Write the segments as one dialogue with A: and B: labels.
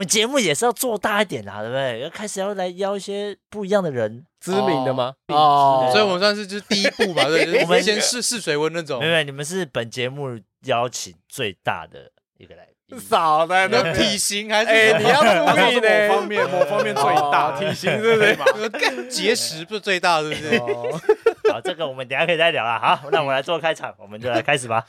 A: 我们节目也是要做大一点啦，对不对？要开始要来邀一些不一样的人，
B: 知名的吗？
A: 哦
B: 哦
A: 对
C: 所以我们算是就是第一 步吧，对，就是
A: 我们
C: 先试试水温那种
A: 没有，。没有你们是本节目邀请最大的一个来宾，
B: 少在那
C: 那
B: 边
C: 体型还是
B: 哎你要注意
D: 是
B: 呢
D: 某方 面某方面最大
B: 哦
D: 体型是不是？
C: 哦结实不是最大，是不是？
B: 哦
A: 好，这个我们等一下可以再聊啦。好， 那我们来做开场，我们就来开始吧。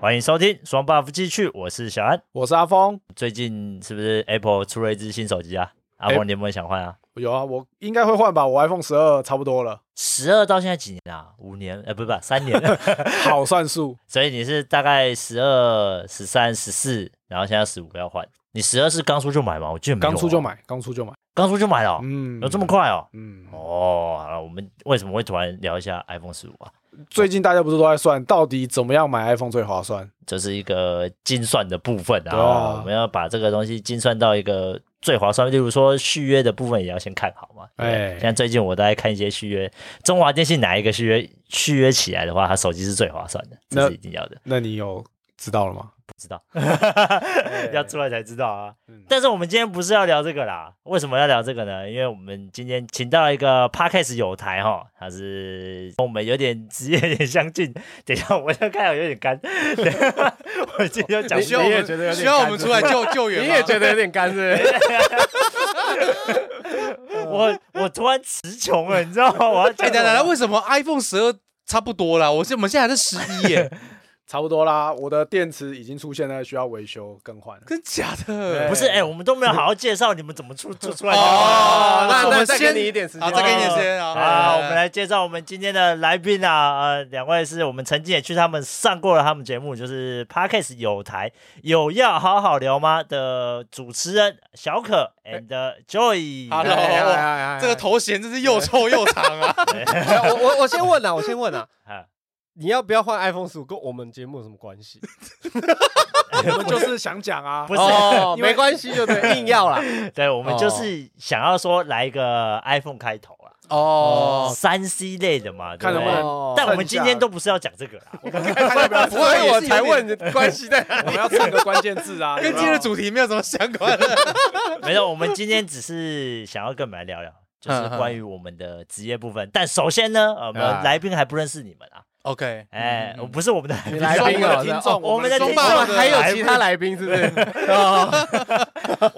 A: 欢迎收听双 buff 继续，我是小安。
B: 我是阿峰，
A: 最近是不是 Apple 出了一只新手机啊？阿峰，你有没有想换啊？
B: 有啊，我应该会换吧，我 iPhone 十二差不多了，
A: 十二到现在几年啊？五年？呃，不是不是，三 年。
B: 好算数。
A: 所以你是大概十二、十三、十四，然后现在十五要换。你十二是刚出就买吗？我记得没有、啊
B: 刚出就，买，刚出就买，
A: 刚出就买了哦、
B: 嗯，
A: 有这么？快哦？
B: 嗯，
A: 哦，好了，我们为什么会突然聊一下 iPhone 十五啊？
B: 最近大家不是都在算到底怎么样买 iPhone 最划算？
A: 这是一个精算的部分啊，
B: 对啊
A: 我们要把这个东西精算到一个最划算。例如说续约的部分也要先看好嘛。
B: 哎
A: 像最近我都在看一些续约，中华电信哪一个续约续约起来的话，它手机是最划算的，这
B: 那
A: 是一定要的。
B: 那你有知道了吗？
A: 知道， 要出来才知道啊
B: 嗯。
A: 但是我们今天不是要聊这个啦，为什么要聊这个呢？因为我们今天请到一个 podcast 友台哈，他是跟我们有点职业有点相近。 等一下，我就看到有点干， 等一下我今天就讲
C: 你
A: 不
C: 需
A: 出
C: 要我
D: 你也觉得有
C: 们
D: 点
C: 需要我们出来救救援
D: 你
C: 吗？
D: 也觉得有点干是不是？
A: 我我突然词穷了，你知道吗？我要
C: 哎，
A: 讲
C: 来来来，
A: 什么
C: 为什么 iPhone 十二差不多啦？我是我们现在还是十一 耶，
B: 差不多啦，我的电池已经出现在需要维修更换了。
C: 真假
B: 对
C: 的？
A: 不是哎、我们都没有好好介绍你们怎么出做出来的。
C: 哦
D: 那
C: 那我
D: 那
C: 们
D: 再
C: 先
D: 给你一点时
C: 好，
D: 间，
C: 再给你时间
A: 好
C: 啊！
A: 啊，我们来介绍我们今天的来宾啊，呃，两位是我们曾经也去他们上过了他们节目，就是 Parkes 有台有要好好聊吗的主持人小可 and Joy。
C: 好
D: 哎。
C: 了
D: 哎哎哎
C: 这个头衔真是又臭又长啊！
D: 哎我我我先问啊，我先问啊
A: 啊，
D: 你要不要换 iPhone 十五？跟我们节目有什么关系？
B: 我们就是想讲啊，
A: 不是
D: 哦，
B: 因为
D: 没关系，就对， 硬要啦。
A: 对，我们就是想要说来一个 iPhone 开头啊，
C: 哦，
A: 三 C 类的嘛，对
B: 看
A: 不
B: 能不
A: 对？
B: 能，
D: 哦，
A: 但我们今天都不是要讲这个啦，
C: 不会
D: 所以我才
C: 也是有点
D: 问 关系在
B: 我们要蹭个关键字啊，
C: 跟今天的主题没有什么相关 的。
A: 没有，我们今天只是想要跟你们来聊聊，就是关于我们的职业部分。但首先呢，呃我们
D: 啊
A: 来宾还不认识你们啊，
C: OK，
A: 哎，
C: 嗯
A: 我不是我们的来 宾
D: 来
B: 有没有
D: 宾哦
B: 听众，
A: 我们的
C: 听
A: 听
C: 众
D: 我
A: 众
D: 们还有其他来宾是不是？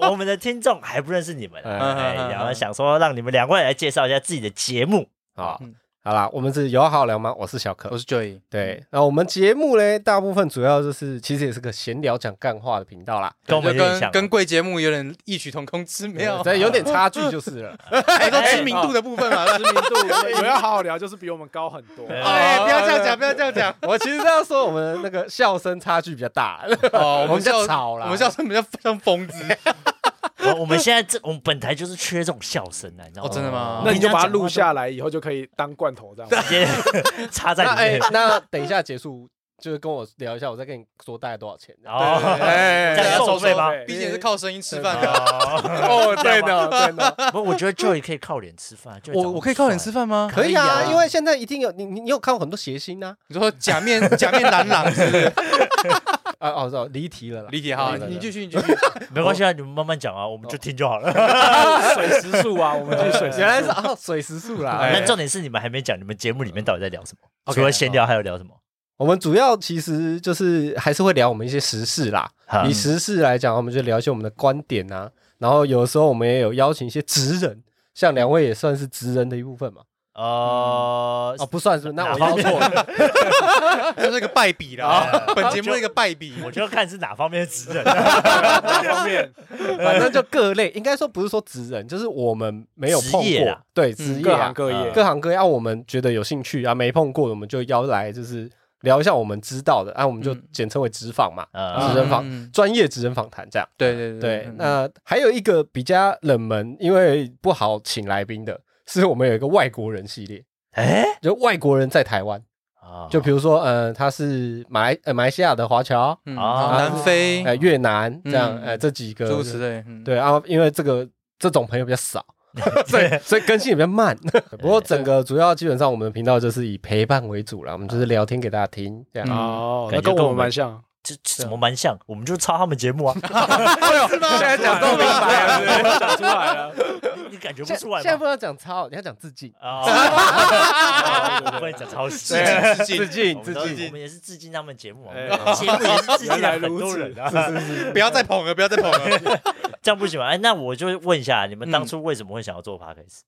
A: 我们的听众还不认识你们，
D: 嗯
A: 哎，
C: 嗯嗯
A: 然后
C: 嗯
A: 想说让你们两位来介绍一下自己的节目。
D: 好
C: 嗯，
D: 好啦，我们是友好聊吗？我是小可
C: 我，是 Joy，
D: 对，那我们节目嘞，大部分主要就是其实也是个闲聊讲干话的频道啦，
A: 跟我们有点像
C: 跟
A: 啊
C: 跟贵节目有点异曲同工之妙，
D: 这有点差距就是 了。
C: 还说
A: 哎
D: 哎
C: 知名度的部分嘛。
D: 哦
B: 知名度，我要好好聊，就是比我们高很多。
A: 对
C: 哎，
D: 哦
C: 不要这样讲，不要这样讲。
D: 我其实是要说我们那个笑声差距比较大，
C: 哦，
D: 我们
C: 比较
D: 叫吵啦
C: 我们叫什么叫像疯子？
A: 我我们现在这我们本台就是缺这种笑声啊，你知道吗？
C: 哦，真的吗？
B: 那你就把它录下来，以后就可以当罐头这样。
A: 直 接插在
D: 那
A: 里
D: 哎
A: 面。，
D: 那等一下结束就是跟我聊一下，我再跟你说大概多少钱。
A: 然后
C: 哎
A: 这样收费吗？
C: 毕竟也是靠声音吃
D: 对
C: 饭的。
A: 哦
D: 对的，对的，
A: 不，我觉得 Joey 可以靠脸吃饭。Joey 长得
C: 我我可以靠脸吃
A: 帅，
C: 饭吗？
D: 可以
A: 可以
D: 啊，
A: 啊
D: 因为现在一定有你你你有看过很多啊谐 星呐，
C: 你说假面 假面男郎是不是？
D: 啊哦，知道离题了啦，
C: 李铁哈，
D: 对
C: 你
D: 对
C: 继续你继续。
A: 没关系啊，你们慢慢讲啊，我们
C: 哦
A: 就听就好了。
B: 水时速啊，我们去水时
D: 原来是哦水时速 啦，
C: 哎
A: 但重点是你们还没讲，你们节目里面到底在聊什么？
D: OK，
A: 除了闲聊，还有聊什么？
D: 我们主要其实就是还是会聊我们一些时事啦。
A: 哈
D: 以时事来讲，我们就聊一些我们的观点啊。然后有的时候我们也有邀请一些职人，像两位也算是职人的一部分嘛。
A: 呃
D: 哦，，不算是不是，那
A: 哪
D: 我挑
A: 方面
D: 错了。
C: 这是一个败笔啦，
D: 哦
C: 本节目的一个败笔。
A: 我就看是哪方面的职人。
B: 方面，
D: 反正就各类，应该说不是说职人，就是我们没有碰
A: 职业
D: 过
A: 啦，嗯
D: 对职业
B: 各行
D: 啊，
B: 各业
A: 业，
D: 各行各业，啊，我们觉得有兴趣啊，没碰过的我们就邀来，就是聊一下我们知道的，啊，我们就
C: 嗯
D: 简称为职访嘛，
A: 呃
D: 职人访
C: 嗯
D: 专业职人访谈这样。
C: 对对
D: 对，
C: 嗯
D: 那还有一个比较冷门，因为不好请来宾的，是我们有一个外国人系列，
A: 哎，
D: 就外国人在台湾。
C: 哦
A: 啊
D: 就比如说，呃，他是马来呃马来西亚的华侨，
C: 嗯，
A: 啊
C: 南非
D: 呃越南这样，
C: 嗯
D: 呃这几个
C: 诸如此类，嗯，
D: 对啊，因为这个这种朋友比 较少，所以所以更新也比较慢。不过整个主要基本上我们的频道就是以陪伴为主啦，我们就是聊天给大家听这样。
C: 嗯
B: 哦，
A: 感
B: 那
A: 觉
B: 跟
A: 跟
B: 我
A: 我
B: 们
A: 们
B: 蛮像。
A: 这这怎么蛮像？我们就抄他们节目啊，
B: 是吗？现在讲
C: 都明白
B: 了，我讲出来了。
A: 你感觉不
D: 现
A: 出来
D: 现在
A: 吗？
D: 不要讲超，你要讲致敬，
A: 啊，我不会讲抄袭。
C: 对 致
D: 致
C: 敬，
D: 敬，
A: 我们
D: 致
A: 都是我
D: 敬。
A: 们也是致敬他们节目啊，
B: 哎
A: 我们节目也是致敬了很多人啊，
C: 不要再捧了，不要再捧了。
A: 这样不行吗？哎，那我就问一下，你们当初为什么会想要做 podcast？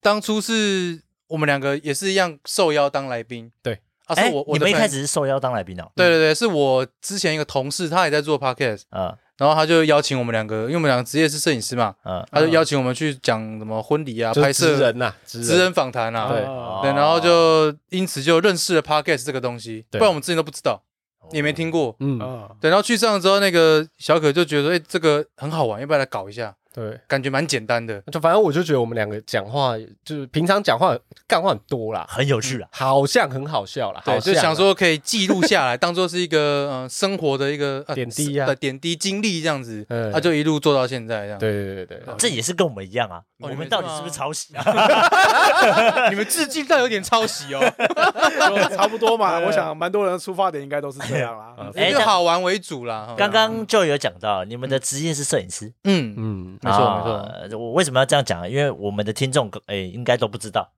C: 当初是我们两个也是一样受邀当来宾，
D: 对，
C: 啊，
A: 哎
C: 是我我
A: 你
C: 的
A: 们一
C: 朋
A: 开始是受邀当来宾哦，
C: 对对对，是我之前一个同事，他也在做 podcast，
A: 嗯
C: 然后他就邀请我们两个，因为我们两个职业是摄影师嘛，
A: 嗯，
C: 他就邀请我们去讲什么婚礼啊、
D: 就
C: 拍
D: 是职
C: 摄、
D: 人呐，职
C: 职人访谈啊，
D: 对
B: 哦
C: 对，然后就因此就认识了 podcast 这个东西，不
D: 对哦
C: 然我们之前都不知道，也没听过。
D: 嗯，
B: 嗯，
C: 对，然后去上之后，那个小可就觉得，哎，这个很好玩，要不要来搞一下？
D: 对。
C: 感觉蛮简单的。
D: 就反正我就觉得我们两个讲话，就是平常讲话干话很多啦，
A: 很有趣啦。啊
D: 好像很好笑啦，
C: 对，
D: 好
C: 就
D: 像
C: 想
D: 啊
C: 说可以记录下来， 当做是一个呃生活的一个、呃、
D: 点滴啊
C: 的点滴经历这样子，啊
D: 嗯
C: 他就哦一路做到现在这样。，
D: 对对对
B: 嗯
D: 对，
A: 这也是跟我们一样啊，
C: 哦
A: 我
C: 你
A: 们
C: 们
A: 到底
C: 是吗
A: 是不是抄袭啊？
C: 你们致敬到有点抄袭 哦，
B: 就差不多嘛。我想蛮多人的出发点应该都是这样啦。
A: 哎
C: 以
A: 那
C: 好玩为主啦。哈哦
A: 刚刚就有讲到，你们的职业是摄影师，
C: 嗯，
D: 嗯，
C: 没错
A: 啊
C: 没错。
A: 我为什么要这样讲啊？因为我们的听众诶应该都不知道，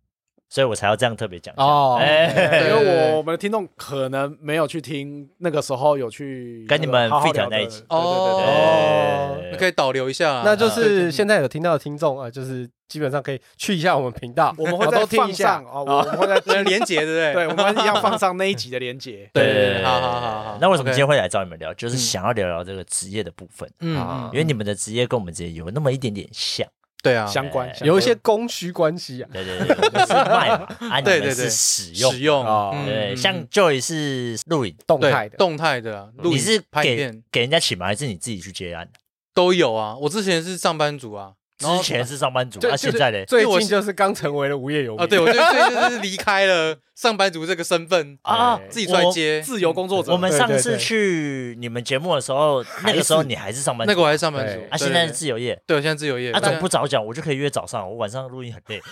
A: 所以我才要这样特别讲一下。
D: 哦
A: 哎，
B: 因
C: 对
B: 为我我们的听众可能没有去听那个时候有去
A: 跟你们
B: 那个好好
A: fit
B: 聊
A: 那一
B: 的
A: 集
B: 对对对对
C: 哦
A: 对
C: 那可以导流一下啊，
D: 那就是
C: 嗯
D: 现在有听到的听众啊，呃就是基本上可以去一下我们频道，
B: 我们会
D: 然后
B: 再
D: 都听
B: 放
D: 一下
B: 上。哦，我们会再
C: 对连结对不
B: 对，
C: 对？
B: 我们会一样放上那一集的连 接。
C: 对对对，好好好好。
A: 那为什么
C: 哦 OK
A: 今天会来找你们聊？就是想要聊聊这个职业的部分，
C: 嗯
D: 啊
C: 嗯
A: 因为你们的职业跟我们职业有那么一点点像。
C: 对啊
B: 相关
A: 哎
B: 相关
D: 有一些供需关系啊，
A: 对对对，我们是卖嘛，啊，你
C: 对
A: 们
C: 对对
A: 是使用。
C: 使用
D: 哦
C: 嗯
A: 对，
C: 嗯
A: 像 Joy 是录影，
D: 动
C: 对
D: 态的。
C: 动态的啊，录
A: 你
C: 影
A: 是
C: 拍影
A: 给
C: 片
A: 给人家请吗？还是你自己去接案？
C: 都有啊。我之前是上班族啊，然后
A: 之前是上班族，
D: 对
A: 那
D: 就
A: 现
D: 是
A: 在嘞？
D: 最
C: 因为我
D: 近
C: 是
D: 就是刚成为了无业游民
C: 啊，对，我就最近就是离开了上班族这个身份
A: 啊
D: 对
C: 自己出来接
B: 自由工作者，
A: 我们
D: 对
A: 上
D: 对
A: 次
D: 对
A: 去你们节目的时候，那个时候你还是上班族，
C: 那个我还是上班族
D: 对
A: 啊，现在是自由业，
C: 对，我现在自由业。
A: 啊，怎么
C: 对
A: 不早讲？我就可以约早上，我晚上录音很累。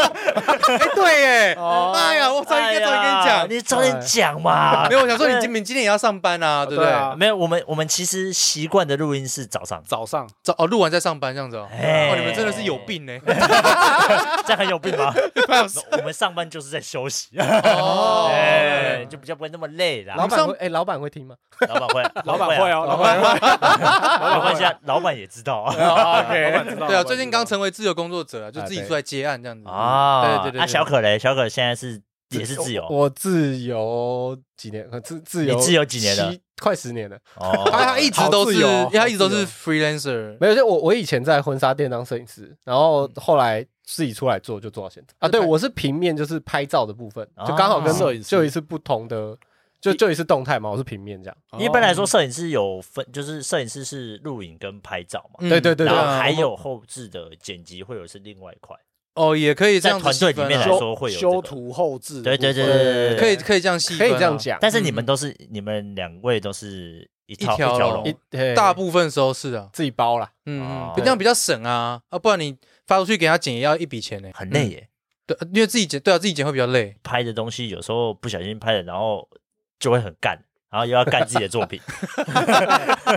C: 哎对耶？
B: 哦
C: 哎呀，我早点
A: 哎
C: 跟早点跟
A: 呀
C: 你 讲，哎
A: 你早点讲嘛。
C: 没有，我想说你
A: 对
C: 今你今天也要上班啊，对不
B: 对
C: 对？
B: 啊，
A: 没有，我们我们其实习惯的录音是早上
B: 早上
C: 早哦，录完再上班这样子哦。
A: 哎
C: 哦，你们真的是有 病呢。
A: 这样很有病吗？我们上班就是在休息，
C: 哦，
A: 哎，就比较不会那么累啦。
D: 老板会哎，老板会听吗？
A: 老板会，
B: 老板会
A: 啊，
B: 哦，老板会，
A: 没关系啊，老板也知道啊。
B: OK，老板知道。
C: 对啊，
B: 老板
C: 最近
B: 知道
C: 刚成为自由工作者啊，就
D: 啊
C: 自己
D: 对
C: 出来接案这样子。
A: 啊，
C: 对对对对
A: 啊，小可嘞，小可现在是也是自
C: 哦
A: 由
D: 我我自由几年，呃自自由
A: 你自由几年了
D: 七？快十年了。
C: 他
A: 哦，
C: 他一直都
B: 好
C: 是
B: 自由哦，
C: 他一直都
B: 好自
C: 是
B: 由
C: freelancer
D: 没有，就我我以前在婚纱店当摄影师，然
C: 嗯
D: 后后来自己出来做，就做到现在啊。对，我是平面，就是拍照的部分，就刚好
C: 哦
D: 跟
A: 啊
B: 摄影师
D: 就一次不同的，就就一次动态嘛，我是平面这样。
C: 哦
A: 一般来说，摄影师有分，就是摄影师是录影跟拍照嘛，
C: 嗯。
D: 对对对
A: 然
D: 对
A: 后
C: 啊
A: 还有后置的剪辑会有是另外一块，
C: 哦，也可以这
A: 在
C: 样子
A: 团队
C: 细分
A: 里面
C: 啊
A: 来
B: 修
A: 说会有这
B: 修
A: 个
B: 图后置的
A: 对
B: 部分，
A: 对对对对，
C: 可以。可以这样细
D: 可
C: 分啊，
D: 以这样讲，
A: 但是你们都是你们两位都是嗯一套
C: 一条
A: 条
C: 龙
A: 龙
D: 一，嘿
C: 大部分时候是啊，
D: 自己包啦。
C: 嗯
A: 哦
C: 嗯，这样比较省啊，啊，不然你发出去给他剪也要一笔钱呢，
A: 很累
C: 嗯。
A: 耶。
C: 对，因为自己剪，对啊，自己剪会比较累。
A: 拍的东西有时候不小心拍了，然后就会很干，然后又要干自己的作品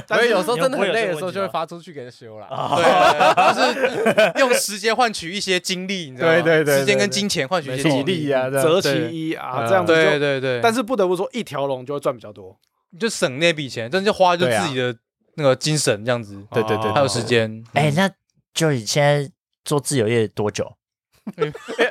D: 所以有时候
A: 你们
D: 真的
A: 不会
D: 很
A: 有这
D: 累
A: 个
D: 的时候，
A: 问题
D: 就会
A: 吗
D: 发出去给人修啦。
A: 啊。
C: 对啊，就是用时间换取一些精力，你知道吗？
D: 对对对对
C: 时间跟金钱换取一些
D: 体
C: 精
D: 力啊，这样
B: 择
D: 对
B: 其一啊，
D: 嗯
B: 这样子
C: 对
B: 就。
C: 对对，
B: 但
C: 是
B: 是不得不说，一条龙就会赚比较多，
C: 就省那笔钱，但是就花就
D: 对啊
C: 自己的那个精神这样子，
D: 对对对
C: 还有时间。
A: 哎，那就你现在做自由业多久？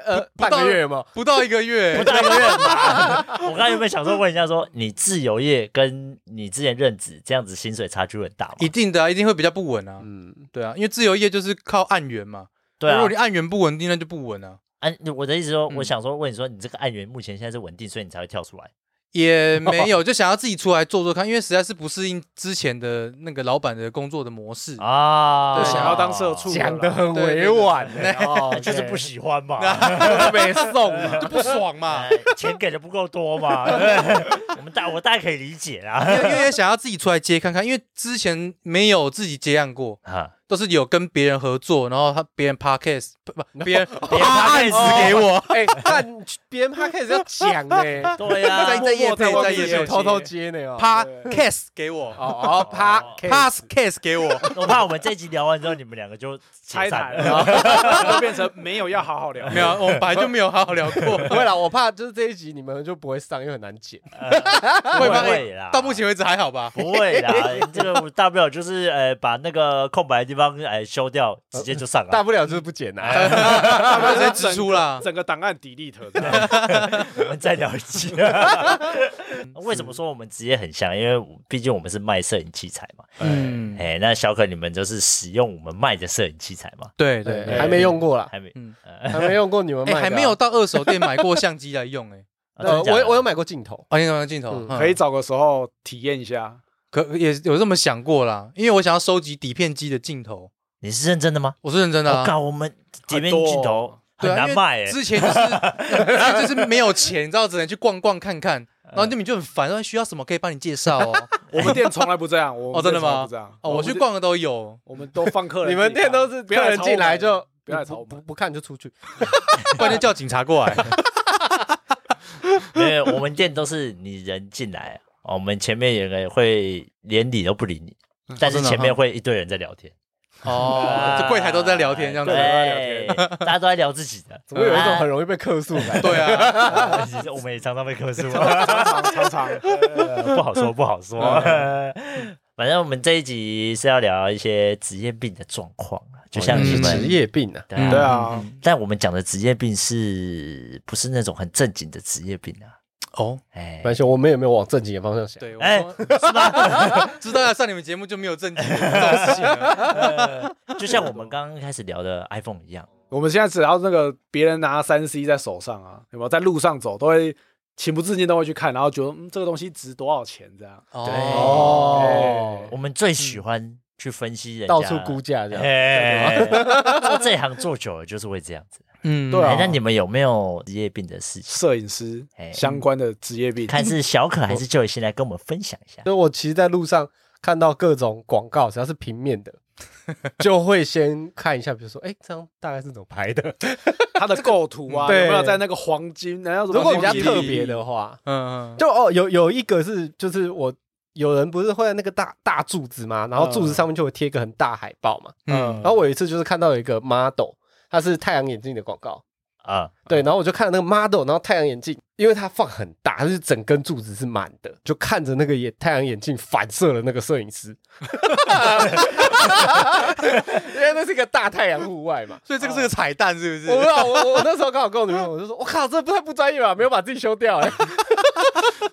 D: 呃，半个月嘛，
C: 不到一个月
A: 不，到一个月吧。 我刚才有没有想说问一下说你自由业跟你之前任职这样子薪水差距很大吗？
C: 一定的啊，一定会比较不稳啊。
D: 嗯，
C: 对啊，因为自由业就是靠案源嘛。
A: 对
C: 如
A: 啊
C: 果你，案源不稳定，那就不稳啊。
A: 啊，我的意思说，
C: 嗯
A: 我想说问你说，你这个案源目前现在是稳定，所以你才会跳出来。
C: 也没有，就想要自己出来做做看，因为实在是不适应之前的那个老板的工作的模式。
A: 啊，
B: 就想要当社畜
D: 讲的很委婉呢、
A: 哦，就是不喜欢嘛，
D: 没送 嘛。
C: 就不爽嘛，
A: 哎钱给的不够多嘛，对我们大我大概可以理解啦。
C: 因为因为也想要自己出来接看看，因为之前没有自己接案过，
A: 啊，
C: 都是有跟别人合作，然后他别人 podcast 不不，别人
A: 别怕死给我，
D: 我，哎，看别人 p 开始要讲 哎，
A: 对呀，
C: 在在夜配
D: 啊
B: 默默
C: 在
B: 在
C: 夜
B: 夜
C: 配
B: 配
D: 偷偷接呢哦。
C: podcast 给我
D: 哦哦 p a
C: ，pass case 给我，
A: 我怕我们这集聊完之后，你们两个就
B: 拆
A: 解散
B: 台
A: 了。
B: 了， 就变成没有要好好聊。
C: 没有，我本来就没有好好聊过，
D: 不会啦，我怕就是这一集你们就不会上，又很难剪。
A: 不
C: 会吗
A: 会啦，
C: 到目前为止还 好吧？
A: 不会啦，你这个大不了就是呃把那个空白的地方呃修掉，直接就上
D: 大
A: 了。
D: 不了就是不剪啊。
B: 他
C: 们在指出啦
B: 整个档案 delete 这样。
A: 我们再聊一集。 为什么说我们职业很像？因为毕竟我们是卖摄影器材嘛。
C: 嗯，
A: 哎，那小可你们就是使用我们卖的摄影器材吗？
C: 对对，
D: 对，
C: 对
D: 还没用过啦，
A: 还没，
C: 嗯
A: 呃
D: 还没用过你们卖
C: 哎，
D: 的啊。
C: 还没有到二手店买过相机来用，哎，
A: 啊
D: 呃，
A: 真的假的
D: 我我有买过镜头，
C: 啊，你有没有镜头
D: 嗯
C: 嗯
B: 可以找个时候体验一 下。
C: 可也有这么想过啦，因为我想要收集底片机的镜头，
A: 你是认真的吗？
C: 我是认真的
A: 我
C: 啊。
A: 靠，我们这边
B: 很多哦
A: 镜头很
C: 对啊，
A: 难
C: 因
A: 卖
C: 为
A: 哎。
C: 之前就是之前就是没有钱，你知道，只能去逛逛看看，然后你们就很烦，说需要什么可以帮你介绍哦。
B: 我们店从来不这样，我
C: 哦，
B: 们
C: 真的
B: 店从来
C: 吗
B: 不这样？
C: 哦，我去，逛的都有，
B: 我们都放客 人
D: 你
B: 自己看。
D: 们店都是
B: 不要
D: 客人
B: 吵我
D: 进来
B: 们
D: 就
B: 不要来吵
D: 不
B: 我
D: 不
B: 们。
D: 不看就出去。
C: 不然就叫警察过来。
A: 没有，我们店都是你人进来，哦我们前面有人会连理都不理你，但是
C: 嗯哦真的
A: 前面
C: 哈
A: 会一堆人在聊天，
C: 哦，
D: 啊
C: 这柜台都在聊天这样子。
A: 对， 大家都在聊自己的，
D: 怎么有一种很容易被客诉感？
C: 对 啊，
A: 啊其实我们也常常被客诉，啊呃
B: 常常常常，
A: 不好说，不好说。
C: 嗯
A: 反正我们这一集是要聊一些职业病的状况啊就
C: 哦
A: 像你
D: 是
A: 们
D: 职业病啊。
A: 对啊
B: 对啊，
A: 但我们讲的职业病是不是那种很正经的职业病啊？
C: 哦，
A: 哎，
D: 反正我们也没有往正经的方向想。
C: 对，我
A: 哎
C: 说是吧？ 知道要上你们节目就没有正经这种事情了。
A: 就像我们刚刚开始聊的 iPhone 一样，
B: 我们现在只要那个别人拿三 C 在手上啊，有没有在路上走都会情不自禁都会去看，然后觉得嗯这个东西值多少钱这样。
D: 哦
B: 哎，
A: 我们最喜欢去分析人家
D: 到处估价这样。
A: 哎，做这行做久了就是会这样子。
C: 嗯
B: 对啊
A: 哎，那你们有没有职业病的事情？
B: 摄影师
A: 哎
B: 相关的职业病，
A: 看是小可还是 Joy 先来跟我们分享一下。
D: 所以我其实，在路上看到各种广告，只要是平面的，就会先看一下，比如说，哎，这张大概是怎么拍的？
B: 它的构图啊，
D: 嗯对
B: 有没有在那个黄金？然后什么
D: 如果比较
B: 黄金
D: 特别的话，
C: 嗯，嗯
D: 就哦，有有一个是，就是我有人不是会在那个大大柱子嘛，然后柱子上面就会贴一个很大海报嘛。
C: 嗯
D: 然后我有一次就是看到有一个 model，它是太阳眼镜的广告，
A: 啊，
D: 对，然后我就看那个 model，然后太阳眼镜，因为它放很大，它是整根柱子是满的，就看着那个眼太阳眼镜反射了那个摄影师，因为那是一个大太阳户外嘛。
C: 所以这个是个彩蛋，是不
D: 我不知
C: 是？
D: 道，我我我那时候刚好跟我女朋友，我就说，我靠，这不太不专业吧？没有把自己修掉、 欸，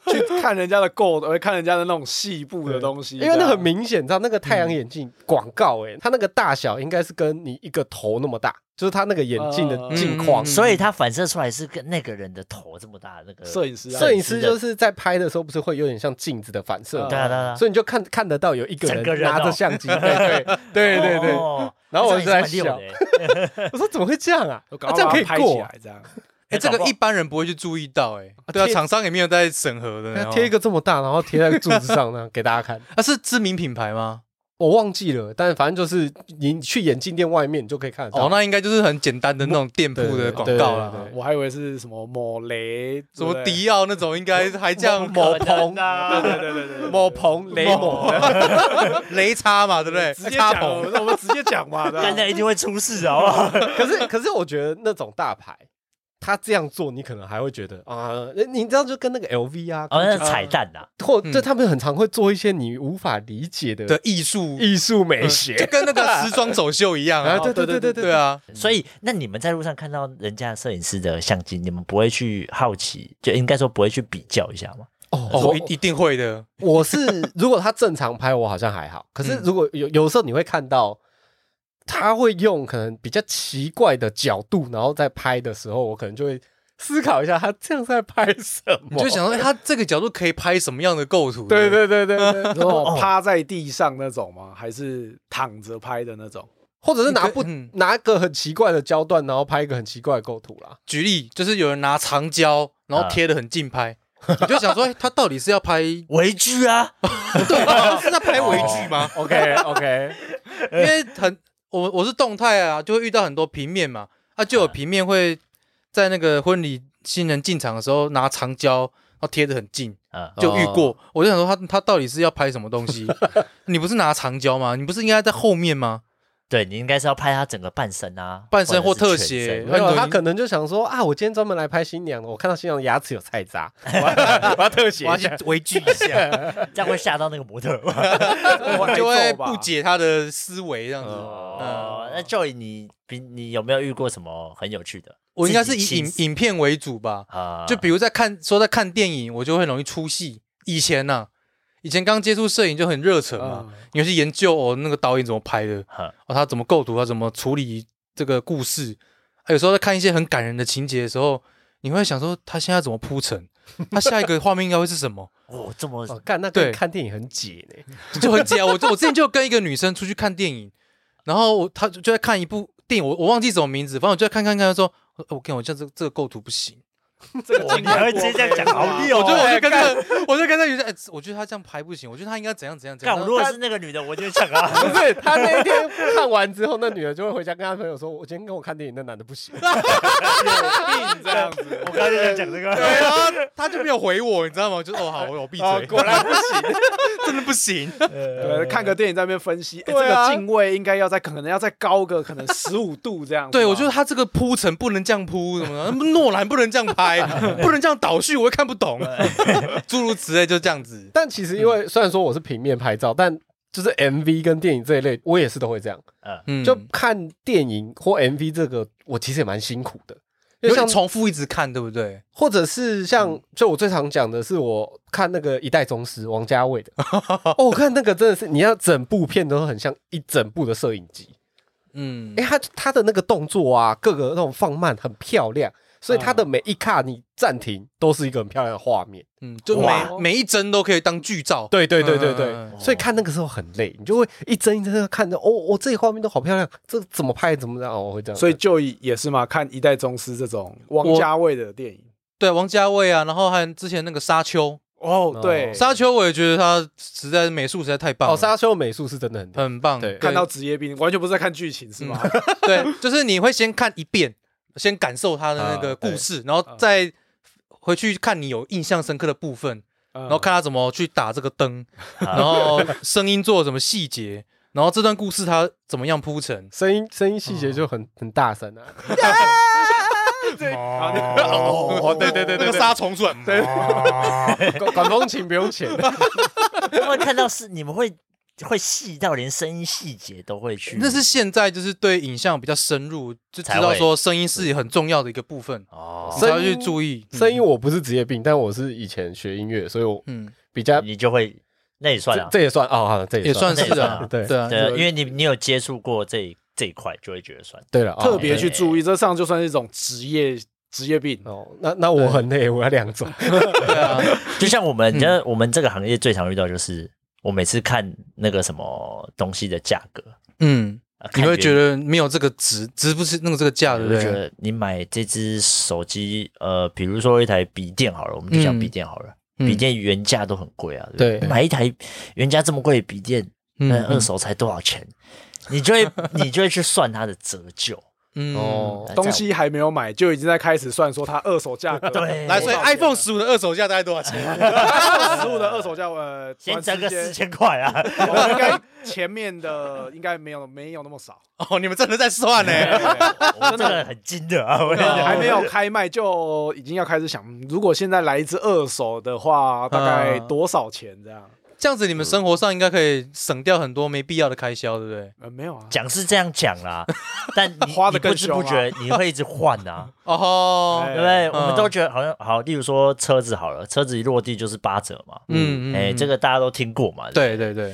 B: 去看人家的构，呃，看人家的那种细部的东西，
D: 因为那很
B: 明。
D: 明显，你知道那个太阳眼镜广告、欸，它那个大小应该是跟你一个头那么大，就是它那个眼镜的镜框。
C: 嗯
A: 所以它反射出来是跟那个人的头这么大，那个
B: 摄影师啊
D: 摄影师嗯就是在拍的时候，嗯不是会有点像镜子的反射吗
A: 对啊对啊，
D: 所以你就看看得到有一个
A: 整个
D: 人
A: 人
D: 拿
A: 哦
D: 着相机，对对对对对。
A: 哦
D: 然后我就在
A: 这样
D: 笑
A: 也，是
D: 我说怎么会这样啊？
B: 我
D: 啊
B: 搞
D: 这样可以
B: 拍起
D: 过啊？
B: 来这样。
C: 哎，这
A: 搞不
C: 个
A: 好
C: 一般人不会去注意到，哎，对啊，
D: 贴
C: 厂商也没有在审核的
D: 他
C: 呢。
D: 贴一
C: 个，
D: 个这么大，然后贴在柱子上呢，给大家看。
C: 啊，是知名品牌吗？
D: 我忘记了，但反正就是你去眼镜店外面，你就可以看得
C: 哦，
D: 到。
C: 那应该就是很简单的那种店铺的广告
D: 对
C: 啦
D: 对，
B: 我还以为是什么某雷，
C: 什
B: 对不
C: 么
B: 对，
C: 迪奥那种，应该还这样
A: 不
C: 某
A: 可能
C: 棚
B: 啊对对对对对，
D: 某棚雷某的，
C: 雷叉嘛，对不对？
B: 直接
C: 插
B: 讲，
C: 棚，
B: 我们直接讲 嘛，
D: 啊
B: 对吧
A: 干掉一定会出事，啊好不好？
D: 可是可是我觉得那种大牌，他这样做，你可能还会觉得啊，你知道就跟那个 LV 啊，
A: 哦，那是
D: 跟
A: 彩蛋呐，
D: 或
C: 嗯
D: 这他们很常会做一些你无法理解的
C: 的艺术
D: 艺术美
C: 嗯
D: 学
C: 就。跟那个时装走秀一样
D: 啊，
C: 啊。
D: 对对对对
C: 对，啊，
A: 所以那你们在路上看到人家摄影师的相机，你们不会去好奇，就应该说不会去比较一下吗？
D: 哦
C: 哦，
D: 我
C: 一一定会的。
D: 我是如果他正常拍，我好像还好。可
C: 嗯
D: 是如果有有时候你会看到，他会用可能比较奇怪的角度，然后在拍的时候，我可能就会思考一下，他这样是在拍什么？
C: 你就想说，哎他这个角度可以拍什么样的构图？
D: 对，对对对 对，
B: 那种趴在地上那种吗？还是躺着拍的那种？
D: 或者是拿
C: 你
D: 不
C: 可以嗯
D: 拿个很奇怪的焦段，然后拍一个很奇怪的构图啦。
C: 举例就是有人拿长焦，然
D: 啊
C: 后贴的很近拍，你就想说，哎，他到底是要 拍
A: 围剧 啊，
C: 对， 是在拍微剧 吗？
D: OK OK，
C: 因为很我我是动态啊，就会遇到很多平面嘛，啊，就有平面会在那个婚礼新人进场的时候拿长焦，然后贴的很近，
A: 嗯，
C: 就遇过。我就想说他他到底是要拍什么东西？ 你不是拿长焦吗？你不是应该在后面吗？
A: 对你应该是要拍他整个半身啊，
C: 半身或
A: 者是
C: 特
A: 全
C: 写
A: 身
D: 没有
C: 很多
D: 他可能就想说啊，我今天专门来拍新娘的，我看到新娘的牙齿有 菜渣，我要我要特写
C: 我要
D: 一
C: 去
D: 下。
C: 微距一下，
A: 这样会吓到那个模特。
B: 我
C: 就会不。解他的思维这样子。
A: 哦，那 Joy，你比你有没有遇过什么很有趣的？
C: 我应该是
A: 自己
C: 以
A: 亲
C: 影影片为主吧，
A: 啊，
C: 就比如在看说在看电影，我就会容易出戏。以前呐、以前刚接触摄影就很热忱嘛，
B: 嗯
C: 你会去研究哦那个导演怎么拍的，
A: 呵
C: 哦他怎么构图，他怎么处理这个故事。啊有时候在看一些很感人的情节的时候，你会想说他现在怎么铺陈，他下一个画面应该会是什么？
A: 哦这么
D: 哦，干那跟
C: 对
D: 看电影很解呢。
C: 就很解啊。我就我之前就跟一个女生出去看电影，然后我她就就在看一部电影，我我忘记什么名字，反正我就在看看看，说呃我跟我这这这个构图不行，
B: 这个
A: 哇你还会直接这样讲，好溜！
B: 哦
C: 我就我
A: 哎
C: 就跟那个 我就跟那女生，哎，我觉得她这样拍不行，我觉得她应该怎样怎样怎
A: 干，我
C: 样。然
A: 如
C: 后
A: 果
C: 她
A: 是那个女的，我就抢 啊。
D: 不是，他那一天看完之后，那女的就会回家跟他朋友说：“我今天跟我看电影那男的不行。
B: 病这样子，
A: 我刚才就在讲这
C: 对
A: 个，
C: 啊，然后她就没有回我，你知道吗？就哦好，我我闭嘴，
D: 哦果
C: 然不 行，真的不行。
A: 啊
B: 对，看个电影在那边分析，哎，这
D: 对啊
B: 个镜位应该要再可能要再高个可能十五度这样。
C: 对，我觉得她这个铺陈不能这样铺，什么的诺兰不能这样拍，不能这样倒叙，我会看不懂，诸如此类，就这样 子”。
D: 但其实因为虽然说我是平面拍照，但就是 MV 跟电影这一类，我也是都会这样。
C: 嗯
D: 就看电影或 MV 这个，我其实也蛮辛苦的。因
C: 有
D: 为
C: 点嗯
D: 像
C: 重复一直看，对不对？
D: 或者是像，就我最常讲的是，我看那个《一代宗师》王 家卫的，哦，我看那个真的是，你要整部片都很像一整部的摄影机，
C: 嗯
D: 因为他他的那个动作啊，各个那种放慢很漂亮，所以他的每一卡你暂停都是一个很漂亮的画面。
C: 嗯，就
B: 哇
C: 每每一帧都可以当剧照。
D: 对对对对对，
C: 嗯嗯嗯
D: 所以看那个时候很累，你就会一帧一帧的看着，哦，我、哦、这里画面都好漂亮，这怎么拍怎么样，哦我会这样。
B: 所以就也是嘛，看《一代宗师》这种王
C: 我
B: 家卫的电影。
C: 对，王家卫啊，然后还有之前那个《沙丘
B: 哦，对，》，
C: 《沙丘》我也觉得他实在美术实在太棒了，
D: 哦，沙丘美术是真的很屌
C: 很棒。
D: 对
C: 看
B: 看到
C: 到
B: 职业病，完全不是在看剧情是吗？
C: 对，就是你会先看一遍，先感受他的那个
D: 啊
C: 故事，然后再回去看你有印象深刻的部分，
B: 然
C: 然后看他怎么去打这个灯，
A: 啊
C: 然后声音做什么细节，然后这段故事他怎么样铺陈。
D: 声音声音细节就很、很大声啊。
C: 哦，对对对对，那个杀虫哦水，对，
D: 管管风琴不用钱，
A: 他们看到是你们会会细到连声音细节都会去，
C: 那是现在就是对影像比较深入，就知
A: 才
C: 道
A: 会
C: 说声音是很重要的一个部分，
A: 哦
C: 你，
D: 所
C: 才
D: 以
C: 要去注意
D: 声音我不是职业病，但我是以前学音乐，所以我
C: 嗯，
D: 比较
A: 你就会那也算
D: 这
A: 了，
D: 这也算哦，好这
C: 也算
D: 算
A: 那也
C: 是
A: 算
C: 啊
A: 啊，
D: 对
C: 对啊，
A: 对，因为你你有接触过这一这一块，就会觉得算。
D: 对了，哦
B: 特别去注意，这上就算是一种职业职业病。
D: 哦，那那我很累，我要两种，
C: 对啊，
A: 就像我们，你知道我们这个行业最常遇到就是，我每次看那个什么东西的价格，
C: 嗯，
A: 啊
C: 你会觉。
A: 看原
C: 得没有这个值，值不是那个这个价，对
A: 我
C: 不
A: 就觉
C: 对？
A: 得你买这只手机，呃，比如说一台笔电好了，我们就讲笔电好了，
C: 嗯
A: 笔电原价都很贵啊，不
D: 对
A: 买一台原价这么贵的笔电，那二，手才多少钱？你就会你就会去算它的折旧，啊
C: 嗯
D: 哦
A: 在我
B: 东西还没有买，就已经在开始算说它二手价格。
A: 对
C: 来，所以 iPhone
B: 十
C: 十五的二手价大概多少 钱？
B: 十五的二手价，呃，
A: 先折
B: 短
A: 个
B: 时
A: 四
B: 间，
A: 千块啊！
B: 哦应该前面的应该没有没有那么少，
C: 哦，你们真的在算呢？
A: 我这个很精的啊，我跟你讲
B: 还没有开卖就已经要开始想，嗯如果现在来一只二手的话，大概
C: 嗯
B: 多少钱这样？
C: 这样子你们生活上应该可以省掉很多没必要的开销，对不对？
B: 呃，没有啊，
A: 讲是这样讲啦，但你
B: 花
A: 你
B: 得
A: 不
B: 更
A: 知
B: 凶
A: 不
B: 啊
A: 觉你会一直换啊，
C: 哦吼，
A: 对不对？
B: 哎
A: 我们都觉得好像好，例如说车子好了，车子一落地就是八折嘛，
C: 嗯
A: 哎，这
C: 个
A: 个大家都听过嘛。不
C: 对对对，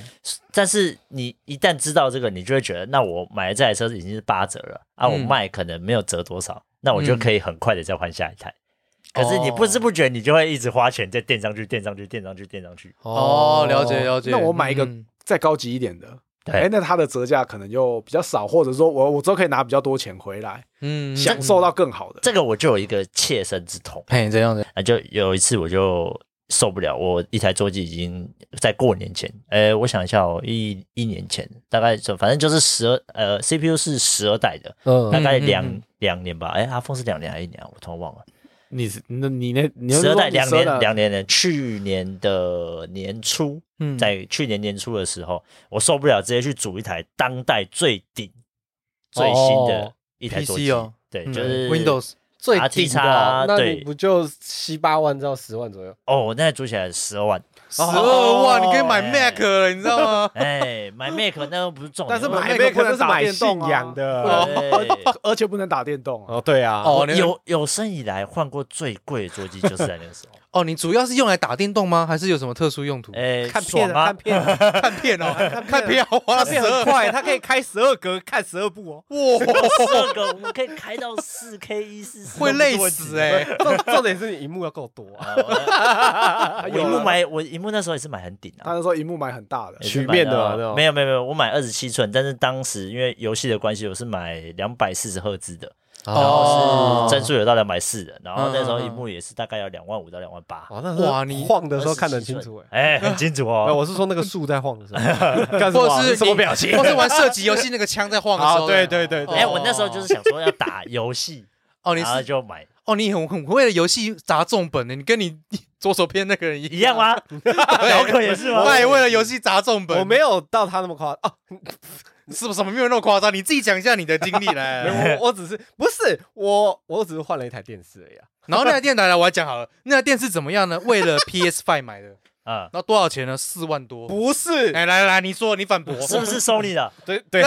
A: 但是你一旦知道这个，你就会觉得，那我买的这台车子已经是八折了啊，我
C: 嗯
A: 卖可能没有折多少，那我就
C: 嗯
A: 可以很快的再换下一台。可是你不知不觉你就会一直花钱在垫上去、垫上去、垫上去、垫上去。
C: 哦，了解了解。
B: 那我买一个
C: 嗯
B: 再高级一点的，
A: 对
B: 哎，那它的折价可能就比较少，或者说我我之后可以拿比较多钱回来，
C: 嗯，
B: 享受到更好的。
A: 这个我就有一个切身之痛，
C: 嘿这样子，
A: 啊，就有一次我就受不了，我一台桌机已经在过年前，呃，我想一下哦，一一年前，大概就反正就是十二，呃，CPU 是十二代的，大
D: 嗯，
A: 概
C: 嗯嗯
A: 两
C: 嗯
A: 两年吧，哎，阿峰是两年还是一年啊？我突然忘了，
B: 你是那你那你
A: 十二代
B: 代
A: 两年，两年的，去年的年初，
C: 嗯，
A: 在去年年初的时候，我受不了，直接去组一台当代最顶、最新的
D: 哦
A: 一台桌
C: PC
A: 机，
C: 哦
A: 对，
C: 嗯
A: 就是
C: Windows
D: 最
A: RT
D: 顶的
A: 叉
D: 啊，那你
A: 对
D: 不就七八万到十万左右？
A: 哦，我那台组起来十二万，
C: 十二万，哦你可以买 Mac 了，你知道吗？
A: 哎，买 Mac 那又不是重点，
B: 但是
A: 我
B: 买
A: 买
B: 那
A: Mac
B: 个不
D: 那个
B: 能
D: 是买信仰
B: 仰
D: 的
A: 对
B: 而且不能打电动啊。
D: 哦，对啊，
C: 哦
A: 我
C: 那个
A: 有有生以来换过最贵的桌机就是在那个时 候，
C: 哦，你主要是用来打电动吗？还是有什么特殊用途？
A: 哎，
E: 看
A: 爽
E: 片啊，
A: 啊
E: 看，片啊，
C: 看片哦， 看片要花
E: 它
C: 十
E: 片
C: 二
E: 很快，它可以开十二格，看十二部哦。
C: 哇，
A: 十二个我们可以开到四 K 一四四，
C: 会累死哎！
D: 重重点是你荧幕要够多啊，
A: 啊 我荧幕买我荧幕那时候也是买很顶啊，
B: 他那时候荧幕买很大的
A: 也，是
D: 曲
A: 买
D: 面的
A: 到
D: 嘛那种
A: 没有没有没有，我买二十七寸，但是当时因为游戏的关系，我是买两百四十赫兹的，然后
C: 哦
A: 是帧数有到两百四的，然后那时候
C: 嗯嗯嗯
A: 荧幕也是大概要两万五到两万八，
D: 哇，哦那时候
C: 哇你
D: 晃的时候看得很清 楚哎。
A: 哎，很清楚
D: 哎，
A: 哦。
D: 我是说那个树在晃的时候，干什
C: 或
D: 么
C: 者
D: 啊
C: 是
D: 是什么
C: 你
D: 表情？
C: 或是玩射击游戏那个枪在晃的时候，
D: 啊对对对对
A: 哎，我那时候就是想说要打游戏，
C: 哦，你
A: 然后
C: 是
A: 就买
C: 哦，你很很会的游戏砸重本欸的，你跟你 你左手边那个人
A: 一
C: 一
A: 样？啊吗？小可也是吗？
C: 他也为了游戏砸重本，
D: 我没有到他那么夸张哦，
C: 是不是什么没有那么夸张？你自己讲一下你的经历来。
D: 没有我我只是不是我我只是换了一台电视而已啊。
C: 然后那台电脑来，我来讲好了，那台电视怎么样呢？为了 PS Five 买的，
A: 嗯，
C: 然后多少钱呢？四万多。
D: 不是，
C: 哎，来来，你说你反驳
A: 是不是 Sony 的？
D: 对 对，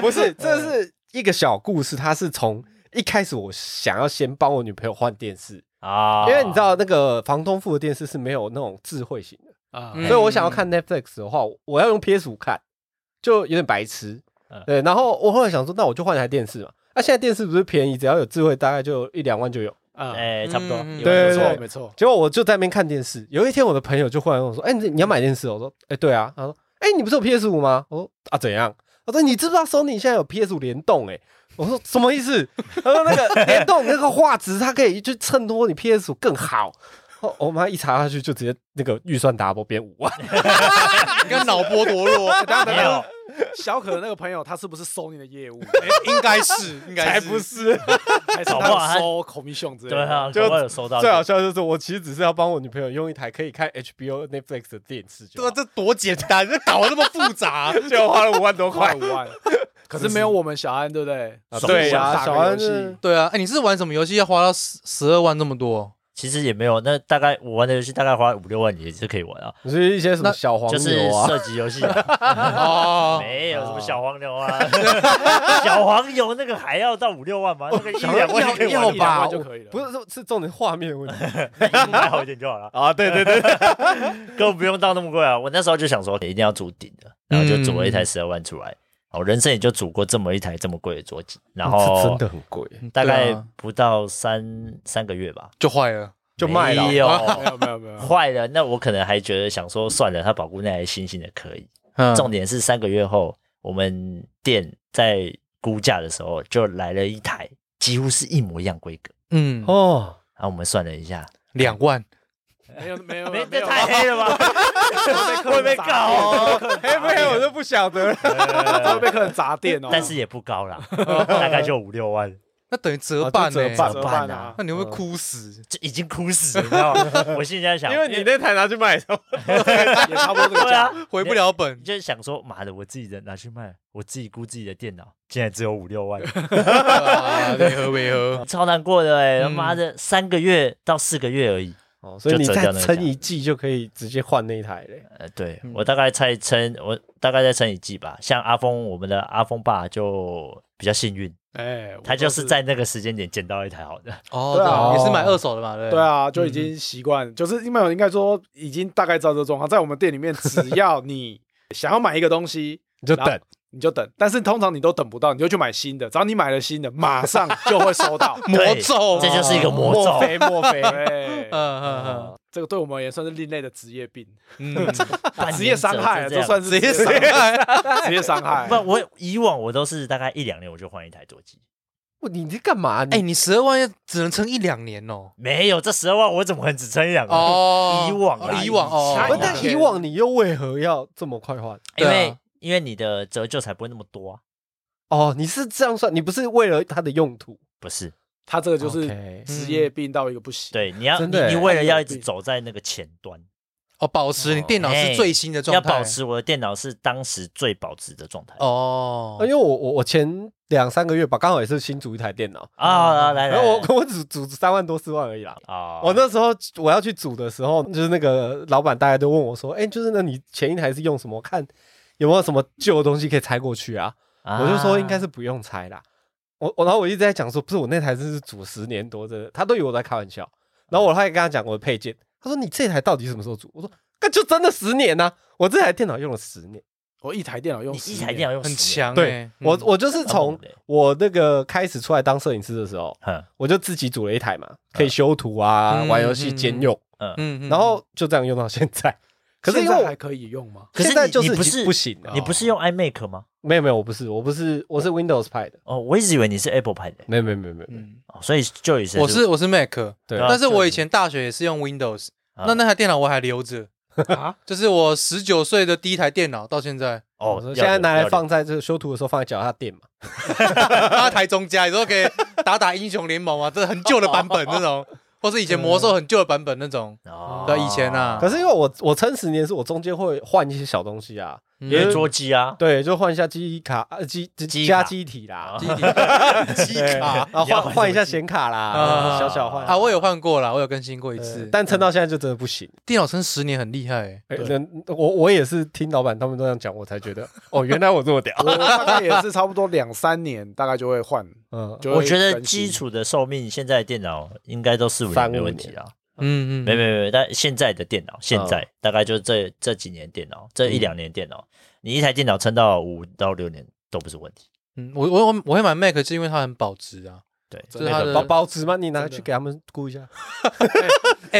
D: 不是，
A: 嗯
D: 这是一个小故事，它是从一开始我想要先帮我女朋友换电视，
A: 啊
D: 因为你知道那个房东付的电视是没有那种智慧型的，
B: 啊
C: 嗯
D: 所以我想要看 Netflix 的话，我要用 PS 五看，就有点白痴
A: 嗯。
D: 对，然后我后来想说，那我就换一台电视嘛。那、现在电视不是便宜，只要有智慧，大概就一两万就有。
B: 啊，
A: 哎，差不多，
C: 嗯
A: 有
D: 对
A: 没错
B: 没
D: 对
B: 错
D: 对
B: 没错，
D: 结果我就在那边看电视，有一天我的朋友就忽然跟我说：“哎、你你要买电视哦？”我说：“哎、对啊。”他说：“哎、你不是有 PS 五吗？”我说：“啊，怎样？”他说：“你知不知道 Sony 现在有 PS 五联动、欸？”哎，我说：“什么意思？”他说：“那 个联动那个画质，它可以去衬托你 PS 五更好。”哦，我妈一查下去就直接那个预算 double 变五万，
C: 你看脑波多 弱，
A: 没有，
D: 嗯
B: 小可的那个朋友他是不是收你的业 务？
C: 应该是，应该
D: 才
C: 是
D: 不是！
B: 还是
A: 搞不好
B: 他
A: 他
B: 有收 commission 之类
A: 对
B: 的？
A: 啊，
D: 就
A: 我有收到
D: 最好笑就是我其实只是要帮我女朋友用一台可以 看 HBO、Netflix 的电视就
C: 对啊
D: 好，，
C: 这多简单，这搞得那么复杂，
D: 啊就花了五万多
B: 快
D: 块。
B: 五万， 可是没有我们小安，对不对？
D: 啊
B: 手
D: 对
B: 想
D: 啊
B: 打个
D: 小安
B: 游戏
D: 是
C: 对啊，哎，你是玩什么游戏要花到十十二万那么多？
A: 其实也没有，那大概我玩的游戏大概花五六万也是可以玩啊，
D: 你是一些什么
C: 那
D: 小黄
A: 就是
D: 牛啊？
A: 射击游戏啊。
C: 哦，
A: 没有什么小黄牛啊，
D: 哦
A: 小黄牛那个还要到五六万吗？那个一
D: 小
A: 两万就可以
D: 要
A: 玩一
B: 一两
D: 吧，
B: 万就可以了
D: 不是说是重点画面的问题
A: 买好一点就好了。
D: 啊，对对对，
A: 根本不用到那么贵啊！我那时候就想说，一定要组顶的，然后就组了一台
D: 嗯
A: 十二万出来。我人生也就组过这么一台这么贵的桌机，然后
D: 哦是真的很贵，
A: 嗯大概
C: 对啊
A: 不到三三个月吧，
C: 就坏了，
D: 就卖了
A: 没有
B: 没有没有没有，
A: 坏了，那我可能还觉得想说算了，他保护那台新型的可以。
C: 嗯
A: 重点是三个月后，我们店在估价的时候就来了一台几乎是一模一样规格。
C: 嗯
D: 哦。
A: 然后我们算了一下，
C: 两 万，
B: 没有没有
A: 没，
B: 没
A: 这
B: 有
A: 太黑了吧？ 会被告哦。
D: 黑
C: 哎
D: 不黑我就不晓得了，
B: 这会被客人砸店哦。
A: 但是也不高啦，大概就五六万，
C: 那等于折
A: 哦
C: 半
D: 啊
C: 呢
D: 就
B: 怎
D: 折？半
A: 怎
B: 么
A: 么
B: 办
A: 办
B: 啊
A: 啊？
C: 那你会不会哭死？
A: 这已经哭死了，你知道吗？我现在想，
D: 因为你那台拿去卖，
B: 也差不多这个
A: 对
B: 价
A: 啊，
C: 回不 了本，
A: 就是想说，妈的，我自己的拿去卖，我自己估自己的电脑竟然只有五六万，啊
C: 为何为何？
A: 超难过的哎、欸，他
C: 嗯
A: 妈的，三个月到四个月而已。
D: 哦，所以
A: 就
D: 你
A: 折
D: 再
A: 掉那个
D: 撑
A: 价
D: 一季就可以直接换那一台嘞。
A: 呃，对
C: 嗯
A: 我大概再撑，我大概再撑一季吧。像阿峰，我们的阿峰爸就比较幸运，
B: 哎，
A: 他
B: 我
A: 就
B: 都
A: 是在那个时间点捡到一台好 的。
C: 哦，
B: 对啊
C: 也是买二手的嘛，对
B: 对
C: 不对，
B: 啊，就已经习惯，就是因为我应该说已经大概知道这个状况，在我们店里面，只要你想要买一个东西，
D: 你就
B: 然后
D: 等，
B: 你就等。但是通常你都等不到，你就去买新的。只要你买了新的，马上就会收到。
A: 对
C: 魔咒， 啊
A: 这就是一个魔
E: 莫
A: 咒。
E: 非莫 非
B: 对，
C: 嗯嗯
B: 哎这个对我们而言算是另类的职业病、
C: 嗯嗯，
A: 半年
B: 职业伤害啊，
A: 者就
B: 这
A: 样
B: 算是职业伤害，职业伤害
A: 不，。我以往我都是大概一两年我就换一台座机，
D: 我你这干嘛？
C: 哎，
D: 你
C: 你十二万只能撑一两年哦。
A: 没有这十二万，我怎么可能只撑一两个？
C: 哦
A: 以往
C: 哦
A: 啦
C: 以往哦
A: 以前
D: 不
A: 啦
D: 是但
B: 以
D: 以往你又为何要这么快换？
A: 因
C: 对啊
A: 为因为你的折旧才不会那么多啊，
D: 哦，你是这样算，你不是为了它的用途？
A: 不是？
B: 他这个就是职业
C: 嗯
B: 病到一个不行。
A: 对，你要
D: 真
A: 你
D: 的欸
A: 你为了要一直
B: 对
A: 走在那个前端，
C: 哦，保持你电脑
A: 哎
C: 是最新的状态，
A: 要保持我的电脑是当时最保值的状态。
C: 哦
D: 啊因为我我我前两三个月吧，刚好也是新组一台电脑，
A: 啊，来来，
D: 然后
A: 来
D: 我 我只组三万多四万而已啦。
A: 啊，
D: 我那时候我要去组的时候，就是那个老板大概都问我说：“哎、就是那你前一台是用什么？看有没有什么旧的东西可以拆过去啊？”
A: 啊
D: 我就说应该是不用拆啦。我我然后我一直在讲说，不是我那台真是组十年多，真的，他都以为我在开玩笑。然后我还跟他讲我的配件，他说你这台到底什么时候组？我说那就真的十年呐、我这台电脑用了十年，
B: 我一台电脑用
A: 你
B: 十
A: 一台
B: 年
A: 电脑用10
C: 很
A: 年，
C: 强欸。
D: 对
C: 嗯
D: 我我就是
A: 很猛
D: 从
A: 的欸
D: 我那个开始出来当摄影师的时候，
A: 哼
D: 我就自己组了一台嘛，可以修图啊、
C: 嗯
D: 玩游戏
C: 嗯
D: 兼
C: 嗯
D: 用。
C: 嗯嗯
D: 然后就这样用到现在。可是因
B: 现
D: 为
B: 在
D: 我
B: 还可以用吗？
A: 可是
D: 现在
A: 你
D: 就
A: 你
D: 是已
A: 不
D: 经
A: 是
D: 不行了，
A: 哦
D: 哦
A: 你不是用 iMac 吗？
D: 没有没有，我不是，我不是，我是 Windows 派的，
A: 哦，我一直以为你是 Apple 牌的，
D: 没有没有没有没有，
C: 嗯
A: 哦所以就以前
C: 我是我是 Mac，
D: 对
A: 啊
C: 但是我以前大学也是用 Windows，
A: 啊
C: 那那台电脑我还留着，
A: 嗯
B: 啊，
C: 就是我十九岁的第一台电脑到 现在，
A: 哦，
D: 我
A: 要
D: 现在
A: 留
D: 拿来
A: 要
D: 放在这个修图的时候放在脚下垫嘛。
C: 他台中家有时候可以打打英雄联盟啊，这很旧的版本那种， 或是以前魔兽很旧的版本那种。
A: 留哦
C: 对以前啊
D: 可是因为我我撑十年是我中间会换一些小东西啊，
C: 嗯
A: 因为桌机啊，
D: 对，就换一下记忆卡、呃机
A: 记忆
D: 加
A: 卡
D: 机体啦，
A: 嗯
C: 机卡 机
D: 对
C: 卡
D: 然后
A: 你要
D: 换
A: 换
D: 换一
A: 什
D: 下
A: 么
D: 显卡啦，呃
C: 啊
D: 小小换
C: 啊，我有换过啦，我有更新过一
D: 对
C: 次。
D: 但撑到现在就真的不行。
C: 电脑撑十年很厉害欸，
D: 哎那我我也是听老板他们都这样讲，我才觉得哦，原来我这么屌。
B: 我大概也是差不多两三年，大概就会换。
D: 嗯，
B: 就会
A: 我觉得
B: 更新
A: 基础的寿命，现在的电脑应该都四五
D: 三
A: 年没
D: 五
A: 问题
D: 年
A: 啊。
C: 嗯嗯，
A: 没没没，但现在的电脑，现在大概就这这几年电脑，这一两年电脑，你一台电脑撑到五到六年都不是问题。
C: 嗯，我我我我会买 Mac 是因为它很保值啊，
A: 对，
C: 这是
A: 那
C: 它
A: 个
C: 的
D: 保保值吗？你拿
B: 真的
D: 去给他们估一下。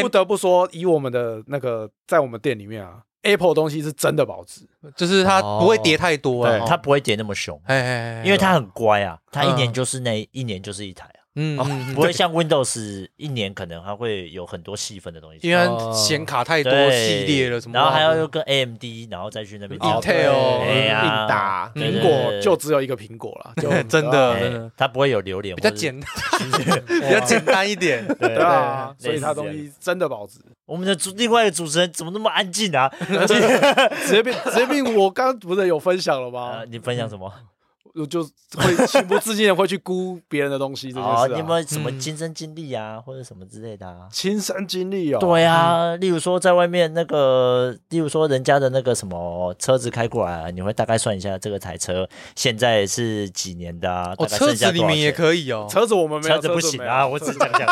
B: 不得不说，以我们的那个在我们店里面啊，Apple 东西是真的保值。
C: 就是它
D: 哦
C: 不会跌太多啊
B: 哦
D: 对。
A: 它不会跌那么凶，
C: 哎哎，哎
A: 因为它很乖啊，它一年
C: 嗯
A: 就是那一年就是一台啊，
C: 嗯，嗯嗯
A: 不会像 Windows 一年可能它会有很多细分的东西出
C: 因
A: 来。
C: 为
D: 哦
C: 它显卡太多
A: 哦对
C: 系列了，什么啊
A: 然后还要又
C: 有
A: 跟 AMD，然后再去那边
C: 哦
A: 调
C: Intel
A: 哎呀
D: 硬打
C: 嗯
A: 对
B: 苹果
A: 对
B: 就只有一个苹果 了，就
C: 真的
A: 哎
C: 真的
A: 它不会有榴莲，
C: 比较
A: 或是
C: 简单， 比较简单一点。
A: 对
B: 对啊，
A: 对
B: 所
A: 类
B: 以
A: 似
B: 它
A: 这
B: 东
A: 样
B: 西真的保值，
A: 我们的主另外一个主持人怎么那么安静啊？
B: 直接变直接变。我刚刚不是有分享了
A: 呃
C: 哦
B: 吗？
A: 你分享什
C: 嗯
A: 么？
B: 我
A: 呃
B: 就会情不自禁的会去估别人的东西这件
A: 哦，
B: 事
A: 你有没
B: 啊。
A: 有什么
C: 嗯
A: 亲身经历啊，或者什么之类的啊？
B: 亲身经历哦，
A: 对啊，例如说在外面那个，例如说人家的那个什么车子开过来啊，你会大概算一下这个台车现在是几年的啊？大
C: 哦，
A: 概
C: 车
A: 剩下
C: 子里面也
A: 以。
C: 可以哦。
B: 车子我们没有，
A: 车子不行
B: 没有
A: 啊，我只讲讲。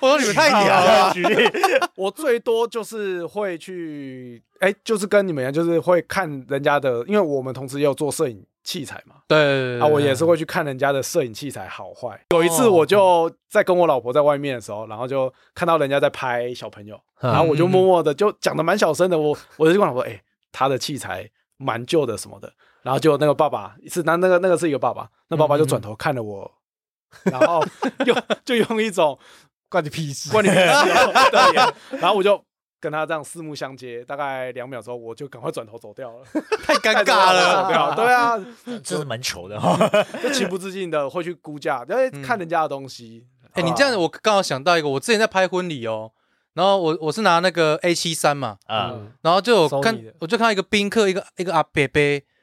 C: 我说你们太屌了，
A: 举例，
B: 我最多就是会去，哎、就是跟你们一样，就是会看人家的，因为我们同时也有做摄影器材嘛。
C: 对对对
B: 啊，我
C: 对
B: 也是会去看人家的摄影器材好坏。有一次，我就在跟我老婆在外面的时候，然后就看到人家在拍小朋友，然后我就默默的就讲的蛮小声的，我我就跟我老婆，哎、他的器材蛮旧的什么的。然后就那个爸爸是那那个那个是一个爸爸，那爸爸就转头看了我，然后用 就用一种
D: 关你屁事！
B: 关你屁事哦对呀然后我就跟他这样四目相接，大概两秒之后，我就赶快转头走掉了，
C: 太尴尬
B: 走
C: 了。
B: 掉。对啊，
A: 这是蛮糗的哈。
B: 就情不自禁的会去估价，因为看人家的东西。
C: 嗯哎，你这样子，我刚好想到一个，我之前在拍婚礼哦，然后我我是拿那个 A 七三嘛，
A: 啊，
B: 嗯
C: 然后就有看
B: Sony 的，
C: 我就看到一个宾客，一个一个阿伯伯，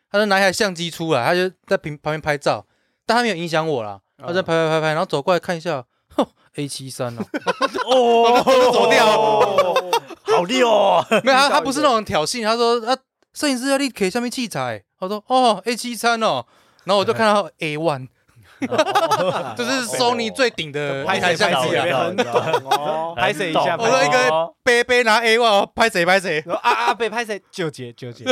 C: 他就拿一台相机出来，他就在旁旁边拍照，但他没有影响我啦，
A: 啊
C: 他在拍拍拍拍，然后走过来看一下，哼，A 七 三哦，
A: 哦，
C: 走掉
A: 啊好利哦，
C: 没有，啊他他不是那种挑衅，他说啊，摄影师要立给下面器材，他说哦，A 七三哦，然后我就看到 A one， 就是 Sony 最 顶的
A: 拍
C: 一台
A: 谁
C: 相
A: 拍
C: 机
A: 谁
C: 啊
A: 啊。
B: 也很懂哦。
A: 很
E: 拍谁一
A: 懂
E: 下
C: 我说一个
A: 哦
C: 背背拿 A one 哦拍谁拍谁，
E: 然后啊啊，被拍谁？纠结纠结，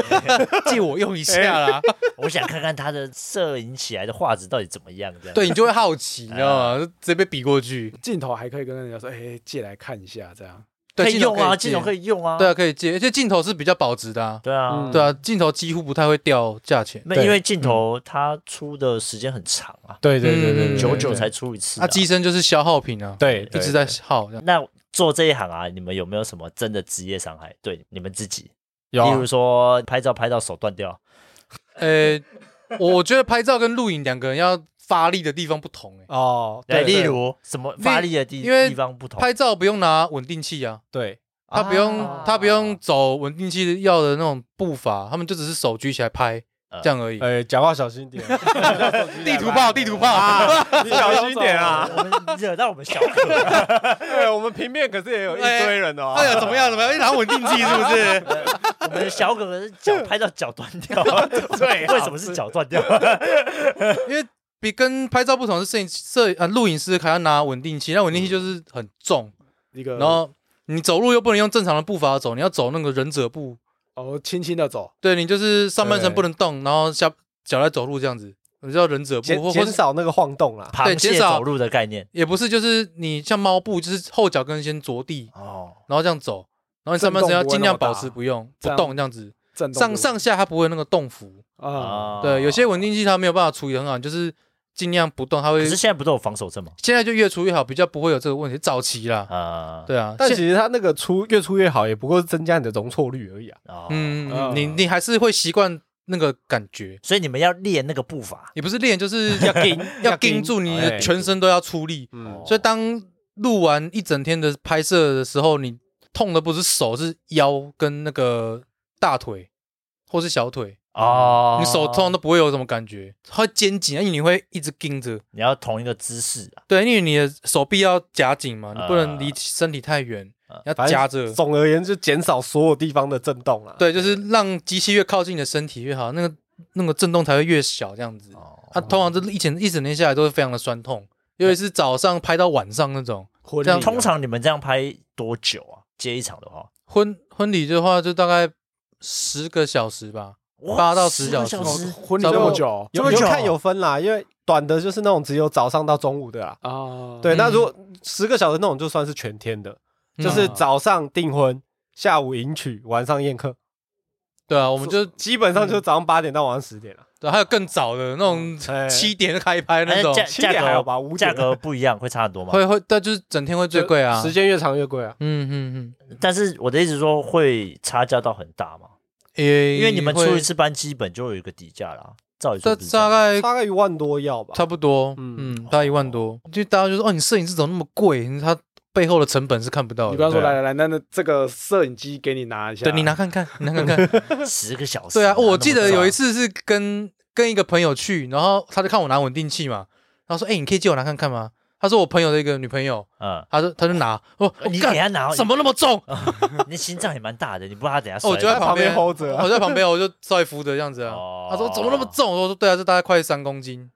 C: 借我用一 下啦。
A: 我想看看他的摄影起来的画质到底怎么样，这样
C: 对你就会好奇，你知道
A: 哎
C: 吗？直接被比过去，
B: 镜头还可以跟人家说，哎，借来看一下，这样
A: 可以用啊，
C: 借
A: 镜头可以用啊，
C: 对啊，可以借，而且镜头是比较保值的啊。
A: 对啊
D: 嗯，
C: 对啊，镜头几乎不太会掉价钱。
A: 那
D: 对
A: 因为镜头它出的时间很长啊，
D: 对对对对，
C: 嗯
A: 久
D: 九
A: 久
D: 九
A: 才出一次
C: 啊，机身就是消耗品啊，
D: 对，
C: 一
D: 对
C: 直在耗这样。
A: 那做这一行啊，你们有没有什么真的职业伤害？对你们自己，
D: 有
A: 例
D: 啊
A: 如说拍照拍到手断掉，
C: 呃，我我觉得拍照跟录影两个人要发力的地方不同欸
D: 哦，
A: 对，
D: 对，
A: 例
D: 对
A: 如什么发力的地
C: 因为
A: 地方不同，
C: 拍照不用拿稳定器啊，
D: 对
C: 他不用、
A: 啊
C: 他不用走稳定器要的那种步伐，他们就只是手举起来拍、
A: 呃
C: 这样而已。
D: 呃，讲话小心一点，
C: 地图炮，地图炮，
E: 你小心一点啊！
A: 我们惹到我们小可，
E: 对，我们平面可是也有一堆人哦。
C: 哎呀，怎么样怎么样？一拿稳定器是不是？
A: 我们的小可是 脚拍到脚断掉，
E: 最
C: 啊
E: 好
A: 为什么是脚断掉？
C: 因为比跟拍照不同是摄影摄啊录影师还要拿稳定器，那稳定器就是很重，
B: 一个
C: 然后你走路又不能用正常的步伐走，你要走那个忍者步，
B: 哦，轻轻的走，
C: 对你就是上半身
D: 对
C: 不能动，然后下脚在走路这样子，你叫忍者
D: 减
C: 步，或或
D: 减
C: 是
D: 少那个晃动啦。
A: 螃
C: 减
A: 蟹
C: 少
A: 走路的概念
C: 也不是就是你像猫步，就是后脚跟先着地，
A: 哦，
C: 然后这样走，然后你上半身要尽量保持不用
B: 这
C: 不
B: 样
C: 动这样子，
B: 震动
C: 上上下它不会那个动幅。
B: 啊，
A: 哦
C: 对，有些稳定器它没有办法处理得很好，你就是尽量不动，它
A: 可
C: 会
A: 是现在不都有防守阵吗？
C: 现在就越出越好，比较不会有这个问题。早期啦，
A: 啊，
C: 对啊，
D: 但其
C: 现
D: 实它那个出越出越好，也不过是增加你的容错率而已啊。
A: 哦，
C: 嗯，
B: 嗯
C: 你你还是会习惯那个感觉。
A: 所以你们要练那个步伐，
C: 也不是练，就是 要盯，要盯住你的
D: 哎
C: 全身都要出力。
A: 哦
D: 嗯，
C: 所以当录完一整天的拍摄的时候，你痛的不是手，是腰跟那个大腿或是小腿，
A: 哦，
C: 你手通常都不会有什么感觉，它会肩紧，因为你会一直盯着。
A: 你要同一个姿势啊，
C: 对，因为你的手臂要夹紧嘛，你不能离
A: 呃
C: 身体太远，
A: 呃
C: 要
D: 反正
C: 夹着。
D: 总而言之，减少所有地方的震动啊啦。
C: 对，就是让机器越靠近你的身体越好，那个那个震动才会越小，这样子。
A: 哦，
C: 它、通常这一整一整天下来都是非常的酸痛，尤其是早上拍到晚上那种。
E: 啊
B: 婚
C: 这样
B: 礼
A: 通常你们这样拍多久啊？接一场的话，
C: 婚婚礼的话，就大概十个小时吧。
A: 哇
C: 八到
A: 10
C: 十
A: 个
C: 小
A: 小
C: 时
A: 时，
B: 婚礼这么久
D: 有
A: 这么
D: 有
A: 久
D: 看有分啦，因为短的就是那种只有早上到中午的啦。
B: 啊，
D: 对，
C: 嗯
D: 那如果十个小时那种就算是全天的，就是
C: 嗯
D: 早上订婚，下午迎娶，晚上宴客，
C: 对啊，我们就
D: 基本上就是早上八点到晚上十点了。
C: 对还有更早的那种
D: 哎
C: 七点开拍那
A: 嗯哎
C: 种，
A: 价
D: 七点
A: 价格
D: 还好吧五
A: 价
D: 点
A: 格不一样，会差很多吗？
C: 会会，但就是整天会最贵啊。
D: 时间越长越贵啊。
C: 嗯嗯嗯，
A: 但是我的意思是说，会差价到很大嘛？
C: 也
A: 因为你们出一
C: 会
A: 次班，基本就有一个底价啦。照理说
C: 大
A: 不是这样
C: 大概
D: 大概一万多要吧，
C: 差不多，嗯
D: 嗯，
C: 大概一万多。就大家就说哦，你摄影师怎么那么贵？它背后的成本是看不到
B: 你
C: 的。
B: 不哦要说
C: 对啊
B: 来来来，那那这个摄影机给你拿一下，
C: 对你拿看 看，你拿看看。
A: 十个小时。
C: 对啊，我记得有一
A: 次，
C: 次是跟跟一个朋友去，然后他就看我拿稳定器嘛，然后说：“哎、你可以借我拿看看吗？”他说我朋友的一个女朋友，
A: 嗯，
C: 他说他就拿，哦，我
A: 你
C: 干
A: 给他拿，
C: 怎么那么重？
A: 你心脏也蛮大的，你不怕他等下
C: 哦
A: 摔
C: 我
A: 吗？
C: 就在旁边
D: hold 着啊
C: 我在旁边我就稍微扶着这样子啊。
A: 哦
C: 他说怎么那么重？我说对啊，这大概快三公斤，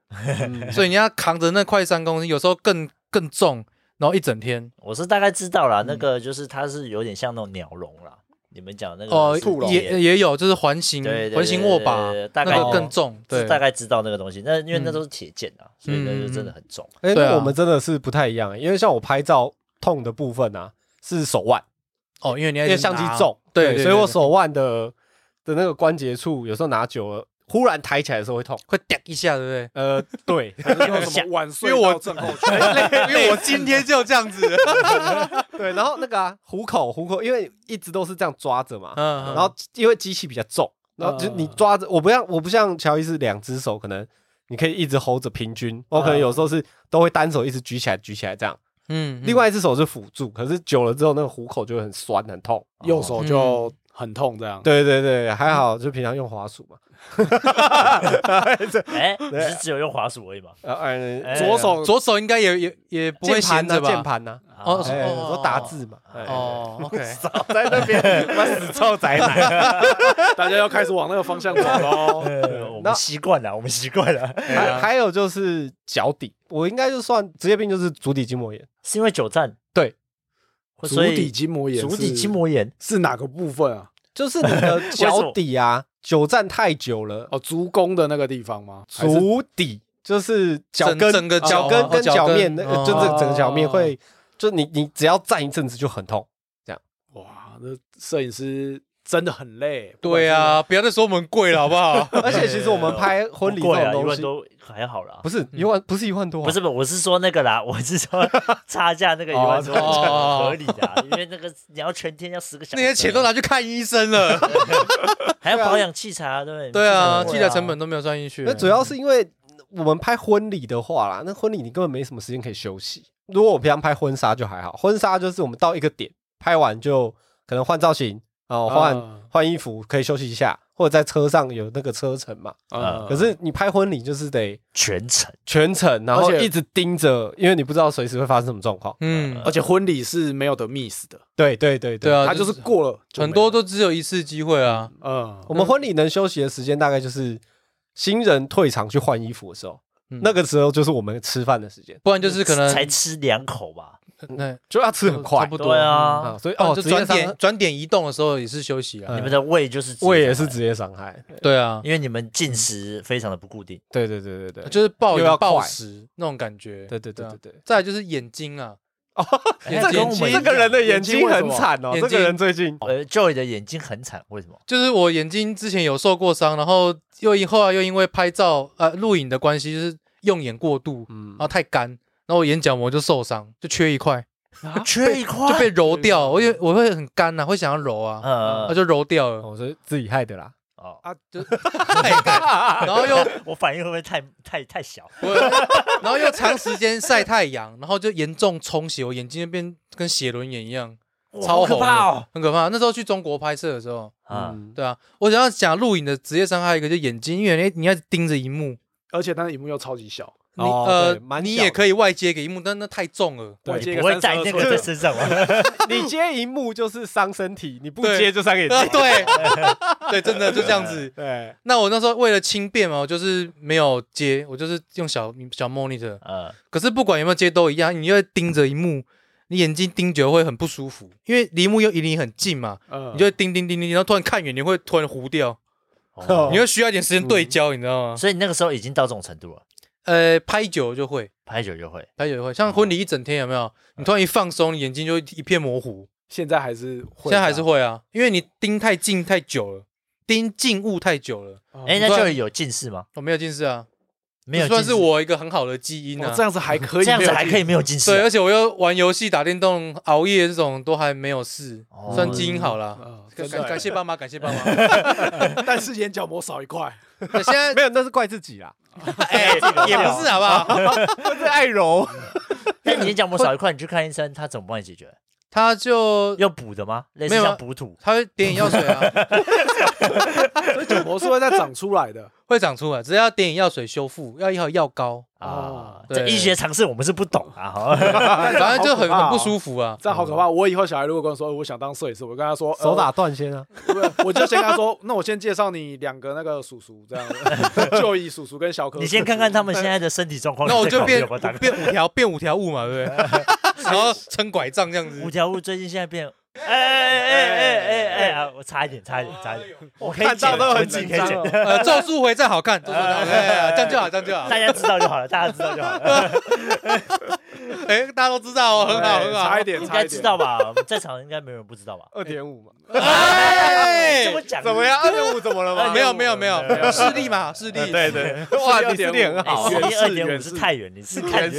C: 所以你要扛着那快三公斤，有时候更更重，然后一整天
A: 我是大概知道啦，那个就是它是有点像那种鸟笼啦，你们讲那个
C: 哦
A: 是，
C: 也也有就是环形
A: 嗯对对对
C: 环形握把
A: 对对对，大
C: 那
A: 概
C: 个更重，对
A: 是，大概知道那个东西。那因为那都是铁剑啊，所以那
C: 嗯
A: 就真的很重。
D: 哎、
C: 对啊
D: 那我们真的是不太一样、因为像我拍照痛的部分啊，是手腕，
C: 哦，因为你要
D: 因
C: 一直
D: 为相机
C: 拿
D: 重，
C: 对对
D: 所
C: 对
D: 以我
C: 对
D: 手腕的的那个关节处，有时候拿久了，忽然抬起来的时候会痛。
C: 会掉一下，对不对？
D: 呃，对，
B: 你有什么晚睡
C: 因为我哎
B: 到 症候群？
C: 因为我今天就这样子，
D: 对，然后那个啊，虎口，虎口，因为一直都是这样抓着嘛，
C: 嗯，
D: 然后因为机器比较重，然后就你抓着，我不像我不像乔伊是两只手，可能你可以一直 hold 着平均，我可能有时候是都会单手一直举起来，举起来这样，
C: 嗯，
D: 另外一只手是辅助，可是久了之后那个虎口就会很酸很痛。
B: 右手就很痛这样。
D: 对对对，还好，就平常用滑鼠嘛。
A: 哎，你是只有用滑鼠而已嘛？
D: 呃，哎
B: 左手
C: 左手应该也也也不会
D: 键
C: 闲
D: 盘
C: 着
D: 呐，
C: 吧？
D: 键盘呐，
A: 啊
C: 哦
D: 哎，
C: 哦
D: 我打字嘛。哎
C: 哦，OK，
E: 在 那边，妈死臭宅男，
C: 哎
B: 大家要开始往那个方向走喽。
A: 呃我我
D: 那
A: 们习惯了，我们习惯了，
C: 对
D: 还
C: 啊
D: 还有就是脚底，我应该就算职业病就是足底筋膜炎，
A: 是因为久站
D: 对，
A: 或
B: 足
A: 所以
B: 底筋膜炎，
A: 足底筋膜炎
B: 是哪个部分啊？
D: 就是你的
A: 为什
D: 脚
A: 么
D: 底啊，久站太久了，
B: 哦，足弓的那个地方吗？还是
D: 足底就是脚
C: 整
D: 跟、
C: 整个
D: 脚
C: 脚
D: 跟
C: 哦
D: 跟
C: 脚
D: 脚
C: 跟
D: 面，那呃个就
C: 哦
D: 是整个脚面会，就你你只要站一阵子就很痛。
B: 哇，那摄影师真的很累。不管
C: 对啊，不要再说我们贵了好不 好？
D: 而且其实我们拍婚礼
A: 不贵
D: 这
A: 啊，
D: 种
A: 一
D: 东
A: 万
D: 西，
A: 多还好啦
D: 不。是一万，不是一万多啊，
A: 不是不是，我是说那个啦， 我是说差价那个一
D: 哦
A: 万多
C: 哦哦哦
A: 合理的啊，因为那个你要全天要十个小时，
C: 那些钱都拿去看医生了。
D: 啊
A: 还要保养器材啊，对不对？
C: 对啊，
A: 器
C: 器材成本都没有算进去。
D: 那主要是因为我们拍婚礼的话啦，那婚礼你根本没什么时间可以休息。如果我平常拍婚纱就还好，婚纱就是我们到一个点拍完就可能换造型，哦、换
B: 啊
D: 换衣服可以休息一下，或者在车上有那个车程嘛。
B: 呃嗯
A: 啊
D: 可是你拍婚礼就是得
A: 全程
D: 全程，然后
B: 而且
D: 一直盯着，因为你不知道随时会发生什么状况。
C: 嗯，
B: 而且婚礼是没有得 miss 的，
D: 对对对
C: 对
D: 啊，
C: 啊，
B: 他就是过了就没
C: 很
B: 了
C: 多都只有一次机会啊。
B: 嗯
D: 我们婚礼能休息的时间大概就是新人退场去换衣服的时候，
C: 嗯
D: 那个时候就是我们吃饭的时间，
C: 不然就是可能
A: 才吃两口吧，
C: 那
D: 就要吃很快
C: 差不多
A: 对
D: 啊，
A: 啊，
D: 所以
C: 哦，
D: 哦，
C: 就
D: 职业
C: 转
D: 伤
C: 点转点移动的时候也是休息啊
D: 嗯。
A: 你们的胃就是直
D: 胃
A: 接
D: 也是
A: 上来
D: 职业伤害，
C: 对啊，
A: 因为你们进食非常的不固定，
D: 对对对对对，
C: 就是暴
D: 又
C: 饮
D: 要
C: 暴
D: 快
C: 食那种感觉。
D: 对对对
C: 啊
D: 对对。
C: 再来就是眼睛啊，
A: 哎
C: 这
A: 跟
C: 眼
A: 我
C: 睛
A: 们
D: 这个人的眼睛很惨哦，
C: 眼
D: 这
C: 睛
D: 个人最近
A: 呃，Joy 的眼睛很惨，为什么？
C: 就是我眼睛之前有受过伤，然后又因后来又因为拍照呃录影的关系，就是用眼过度，
D: 嗯
C: 然，后太干，然后我眼角膜就受伤，就缺一块，
A: 缺一
C: 就
A: 块，
C: 被揉掉。我也我会很干呐，会想要揉啊，
A: 呃
C: 那，就揉掉了。
D: 我是自己害的啦，
A: 哦，
B: 啊，
C: 太干 然后又
A: 哎我反应会不会太太太小？
C: 我，然后又长时间晒太阳，然后就严重充血，我眼睛就变跟血轮眼一样，
A: 哇
C: 超
A: 好可
C: 红的
A: 怕哦！
C: 很可怕。那时候去中国拍摄的时候，
A: 啊，
D: 嗯，
C: 对啊，我想要讲录影的职业伤害，一个就眼睛，因为你你要盯着荧幕，
B: 而且他的荧幕又超级小，
C: 你、
D: 哦对
C: 呃，
D: 蛮
C: 你
D: 小
C: 也
D: 的
C: 可以外接给荧幕，但那太重了。
B: 我
A: 你
B: 接
A: 不
B: 个
A: 会带
B: 32
A: 那
B: 寸
A: 个在身上吗？
D: 你接一幕就是伤身体，你不
C: 对
D: 接就伤眼睛
C: 啊，，对，对， 真的就这样子。
D: 对，
C: 那我那时候为了轻便嘛，我就是没有接，我就是用小小 monitor。
A: 呃，
C: 可是不管有没有接都一样，你又盯着荧幕，你眼睛盯久了会很不舒服，因为离幕又离你很近嘛，
B: 嗯
C: 你就会盯盯盯盯，然后突然看远，你会突然糊掉，
A: 哦
C: 你会需要一点时间对焦，
D: 嗯
C: 你知道吗？
A: 所以你那个时候已经到这种程度了，
C: 呃，拍久了就会，
A: 拍久就会。
C: 拍久了就会，
B: 哦
C: 像婚礼一整天有没有？
B: 哎
C: 你突然一放松，你眼睛就一片模糊。
B: 现在还是会
C: 现
B: 这样，
C: 在还是会啊，因为你盯太近太久了，盯近物太久了。
B: 哦
A: 哎，那
C: 对啊
A: Joy 有近视吗？
C: 我没有近视啊，
A: 没有
C: 这
A: 近
C: 算
A: 视，
C: 是我一个很好的基因
B: 哦
C: 啊。
B: 这样子还可以，
A: 这样子还可以
B: 没有
A: 没有近视
C: 对，
A: 啊。
C: 而且我又玩游戏、打电动、熬夜这种都还没有事，
A: 哦
C: 算基因好啦。
B: 嗯
C: 感
B: 真
C: 感
B: 的
C: 感谢爸妈，感谢爸妈。
B: 进， 但是眼角膜少一块，
C: 对现在
D: 没有，那是怪自己啦，
C: 哎也不是好不 好？
D: 是爱揉，
A: 但啊你眼角膜少一块，你去看医生，他怎么帮你解决？
C: 他就
A: 要补的吗？类似
C: 没有啊
A: 像补土，
C: 他会点眼药水 啊，
B: 所以角膜是会再长出来的。
C: 会长出来，只是要点眼药水修复，要要药膏，
A: 啊
B: 哦，
A: 这
C: 对
A: 医学常识我们是不懂啊。哈
C: 反正就很
B: 好可怕哦
C: 很不舒服啊。
B: 这样好可怕！我以后小孩如果跟我说我想当摄影师，我跟他说
D: 手打
B: 呃
D: 断先啊，
B: 我我就先跟他说，那我先介绍你两个那个叔叔，这样 就以叔叔跟小可。
A: 你先看看他们现在的身体状况，
C: 那我
A: 你再
C: 就
A: 考虑
C: 变
A: 要不要当
C: 变五条，变五条悟嘛，对不对？然后撑拐杖这样子
A: 五，条悟最近现在变，哎哎哎哎哎哎啊！我差一点，差一点，差一点，我可以
D: 看到
A: 剪
D: 都
A: 我
D: 很
A: 自己
D: 紧
A: 可以
D: 张
A: 剪
D: 哦。
C: 呃，咒术回战好看，咒术回战，哎这样就好，这样就好。
A: 大家知道就好了，大家知道就好了，
C: 哎，大家都知道哦，很好，
B: 对
C: 很好
B: 哎差一。点，
A: 应
B: 差
A: 该
B: 一
A: 知
B: 点。
A: 道吧？在场应该没有人不知道吧？
D: 二点五嘛，
A: 哎，这么讲
E: 怎么？样？二点五怎么了吗？
C: 没有没有没
A: 没有没
C: 有，
A: 有
C: 视力嘛，视力。
E: 对对，哇，你视力很
A: 哎，
E: 好
A: 十一二点五
B: 原
A: 是
B: 始
A: 太远，你是看，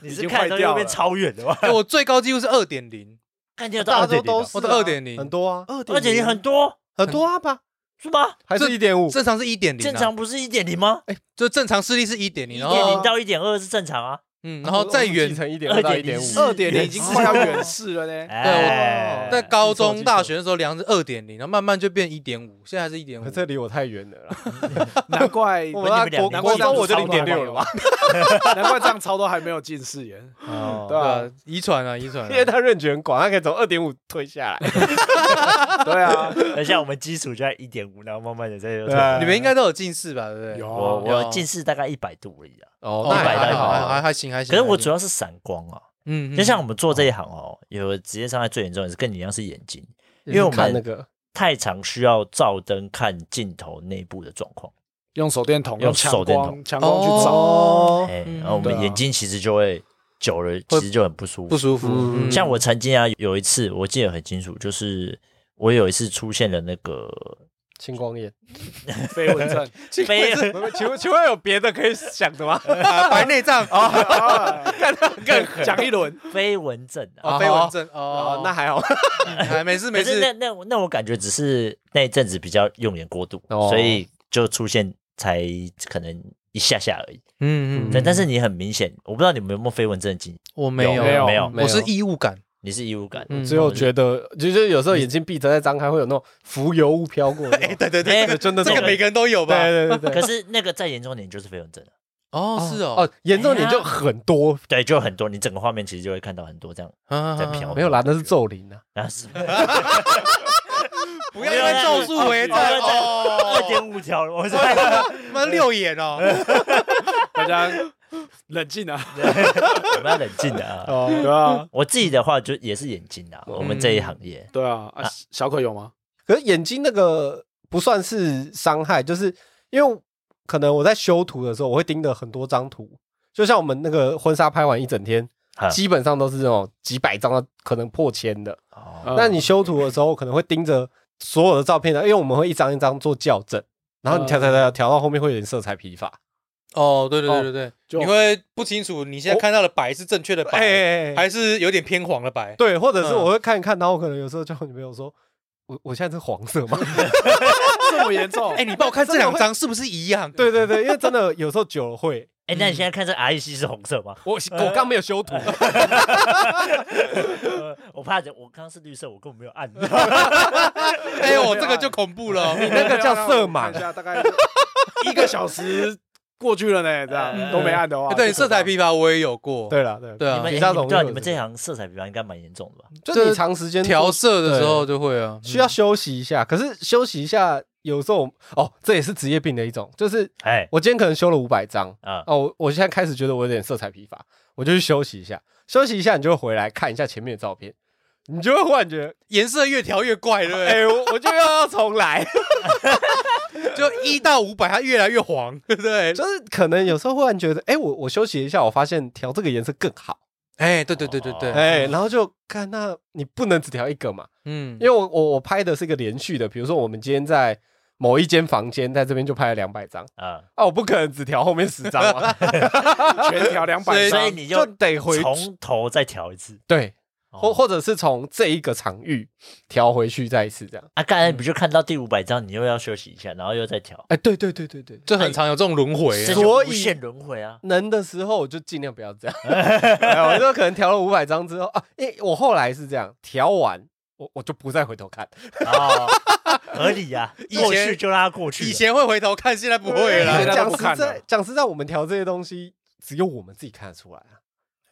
A: 你是看到右边超远的吧？
C: 哎，我最高纪录是二点零，
A: 看见到
D: 大家都
A: 点
D: 都是
C: 我的
D: 啊
C: 2.0
D: 很多啊，二
A: 二点零很多
D: 很多啊吧，
A: 是吗？
D: 还是一点五？
C: 正常是一点零，啊
A: 正常不是一点零吗？
C: 就正常视力是一点
A: 一
C: 零，然
A: 点
C: 后
A: 零到一点二是正常啊。
C: 嗯，然后再远，
D: 成一点二到一点五，
A: 2.0
B: 二点零已经快要远视了呢。
A: 哎，
C: 在高中、
D: 记错
C: 大学的时候量是二点零，然后慢慢就变一点五，现在还是一点五
D: 可。这离我太远了啦，
B: 难怪
D: 我
A: 们那国
D: 国
A: 国
D: 中
A: 中
D: 我
A: 我
D: 就
A: 就
D: 零点六
B: 0.6
D: 了
B: 了
D: 吧
B: 吧？难怪这样超都还没有近视眼，
A: 哦
B: 对
C: 对
B: 吧
D: 嗯
C: 啊？遗传啊，遗传啊。
D: 因为他认觉很广，他可以从二点五推下来。
B: 对啊，
A: 而且我们基础就在一点五，然后慢慢的在
D: 对啊
C: 你们应该都有近视吧？对不对？
B: 有
A: 我
C: 有
A: 我近视大概一百度而已啊，
D: 哦
C: 哦，
A: 那还
C: 还
A: 好
C: 好，
A: 啊
C: 还还还行还行。
A: 可是我主
C: 要
A: 要是散光啊，
C: 嗯，嗯
A: 就像我们做这一行哦，有职业伤害最严重的是跟你一样是眼睛，因为我们
D: 看那个
A: 太常需要照灯看镜头内部的状况，
B: 用手电筒，
A: 用
B: 强
A: 手电
B: 光
A: 筒
B: 强光去照。
D: 哦，
A: 哎，
C: 嗯
A: 然后我
B: 对
A: 们
B: 啊
A: 眼睛其实就会久了，其
C: 会
A: 实就很不舒服
C: 不。舒服，
D: 嗯
C: 嗯
A: 像我曾经啊，有一次我记得很清楚，就是我有一次出现了那个
D: 青光眼，
B: 飞蚊症，
A: 嗯 飞，
E: 请问请问有别的可以想的 吗？
C: 啊白内障啊
B: 啊
E: 更狠
B: 讲一轮，
A: 飞蚊症啊。
C: 啊，飞蚊症哦
E: 哦，，那还好，
C: 还没事
A: 可
C: 没
A: 是
C: 事
A: 那，那那我感觉只是那一阵子比较用眼过度，
D: 哦
A: 所以就出现才可能一下下而已。
C: 嗯
A: 对，但是你很明显，我不知道你们有没有飞蚊症的经历，
C: 我没
A: 有
C: 有
A: 没有
D: 没有
C: 我是异物感，
A: 你是异物感。
C: 嗯
D: 只有觉得就是有时候眼睛闭着再张开会有那种浮油雾飘 过，哎，对对
A: 对
D: 这个真的
A: 这
D: 是
A: 个
C: 每个人都有吧？
D: 对对对对，
A: 可是那个再严重点就是飞蚊症了，
C: 哦，是哦，
D: 哦，严重点就很多，
A: 对，就很多，你整个画面其实就会看到很多这样。
C: 啊
A: 在飘
D: 没有啦，那是咒灵啊，
A: 然后是
C: 不要因为咒术
A: 哦
C: 回
A: 二
C: 战哦，
A: 点五条了，我 在
C: 妈六眼哦，
B: 大 家冷静啊，
A: 我们要冷静的啊。
B: 对啊，
A: 我自己的话就也是眼睛啊，我们这一行业，
B: 对啊，啊小可有吗？
D: 可是眼睛那个不算是伤害，就是因为可能我在修图的时候，我会盯着很多张图，就像我们那个婚纱拍完一整天，
A: 哈
D: 基本上都是这种几百张，可能破千的。
A: 哦
B: 嗯
D: 那你修图的时候，可能会盯着所有的照片的，因为我们会一张一张做校正，然后你调调调调到后面会有点色彩疲乏。
C: 哦，对对对对
B: 就
C: 对，你会不清楚你现在看到的白是正确的白，
D: 哦哎
C: 还是有点偏黄的白？
D: 对，或者是我会看一看，然后我可能有时候叫我女朋友说。我我现在是黄色吗？
B: 这么严重？
C: 哎，你帮我看这两张是不是一样？
D: 对对对，因为真的有时候久了会，
A: 哎，那你现在看这 IC 是红色吗？
D: 我哎我刚没有修图，哦
A: 呃我怕我刚刚是绿色，我根本没有 按。
C: 哎呦，这个就恐怖了。哦
D: 那个叫色盲
B: 啊看一下大概一个小时过去了呢，这样都没按的话，
C: 哎对，
B: 就可怕
C: 色彩疲乏我也有过。
D: 对了，对
C: 对
A: 你
C: 啊
A: 们，
D: 比较
A: 哎
D: 容易
A: 对啊，
D: 有
A: 你们
D: 这
A: 这
D: 个
A: 行色彩比较应该蛮严重的吧？
D: 就你长时间做
C: 调色的时候就会啊，
D: 需要休息一下，可是休息一下有时候我哦，这也是职业病的一种，就是
A: 哎
D: 我今天可能修了五百张
A: 啊，
D: 哦，我我现在开始觉得我有点色彩疲乏，我就去休息一下，休息一下你就会回来看一下前面的照片，你就会忽然觉得，
C: 颜色越调越怪，对不
D: 哎、
C: 对？
D: 我我就要重来，
C: 就一到五百，它越来越黄，对不对？
D: 就是可能有时候忽然觉得，哎、我我休息一下，我发现调这个颜色更好，
C: 哎，对对对对对，
D: 哎、然后就看那你不能只调一个嘛，
C: 嗯
D: 因，为我我我拍的是一个连续的，比如说我们今天在某一间房间，在这边就拍了两百张。
A: 啊，
D: 啊，我不可能只调后面十张 嘛，
B: 全调两
C: 所
B: 百
C: 以
A: 所
B: 张
A: 以，你
D: 就
A: 就
D: 得回
A: 从头再调一次，
D: 对，或
A: 哦
D: 或者是从这一个场域调回去再一次这样。
A: 啊，刚才不就看到第五百张，你又要休息一下，然后又再调，
D: 哎，对对对对对，
C: 就很常有这种轮回
A: 这
C: 啊。
A: 就
D: 所
A: 无
D: 以
A: 限轮回啊。
D: 能的时候我就尽量不要 这样。哎我就可能调了五百张之后啊，因为我后来是这样调完。我我就不再回头看，
A: 哦， 合理呀、
C: 以
A: 过
C: 前
A: 去就让它过去了。
C: 以前会回头看，现在不会
B: 对
C: 了
B: 啊。大家
D: 讲
B: 都不
D: 实
B: 看了
D: 在，讲实在，我们调这些东西只有我们自己看得出来啊。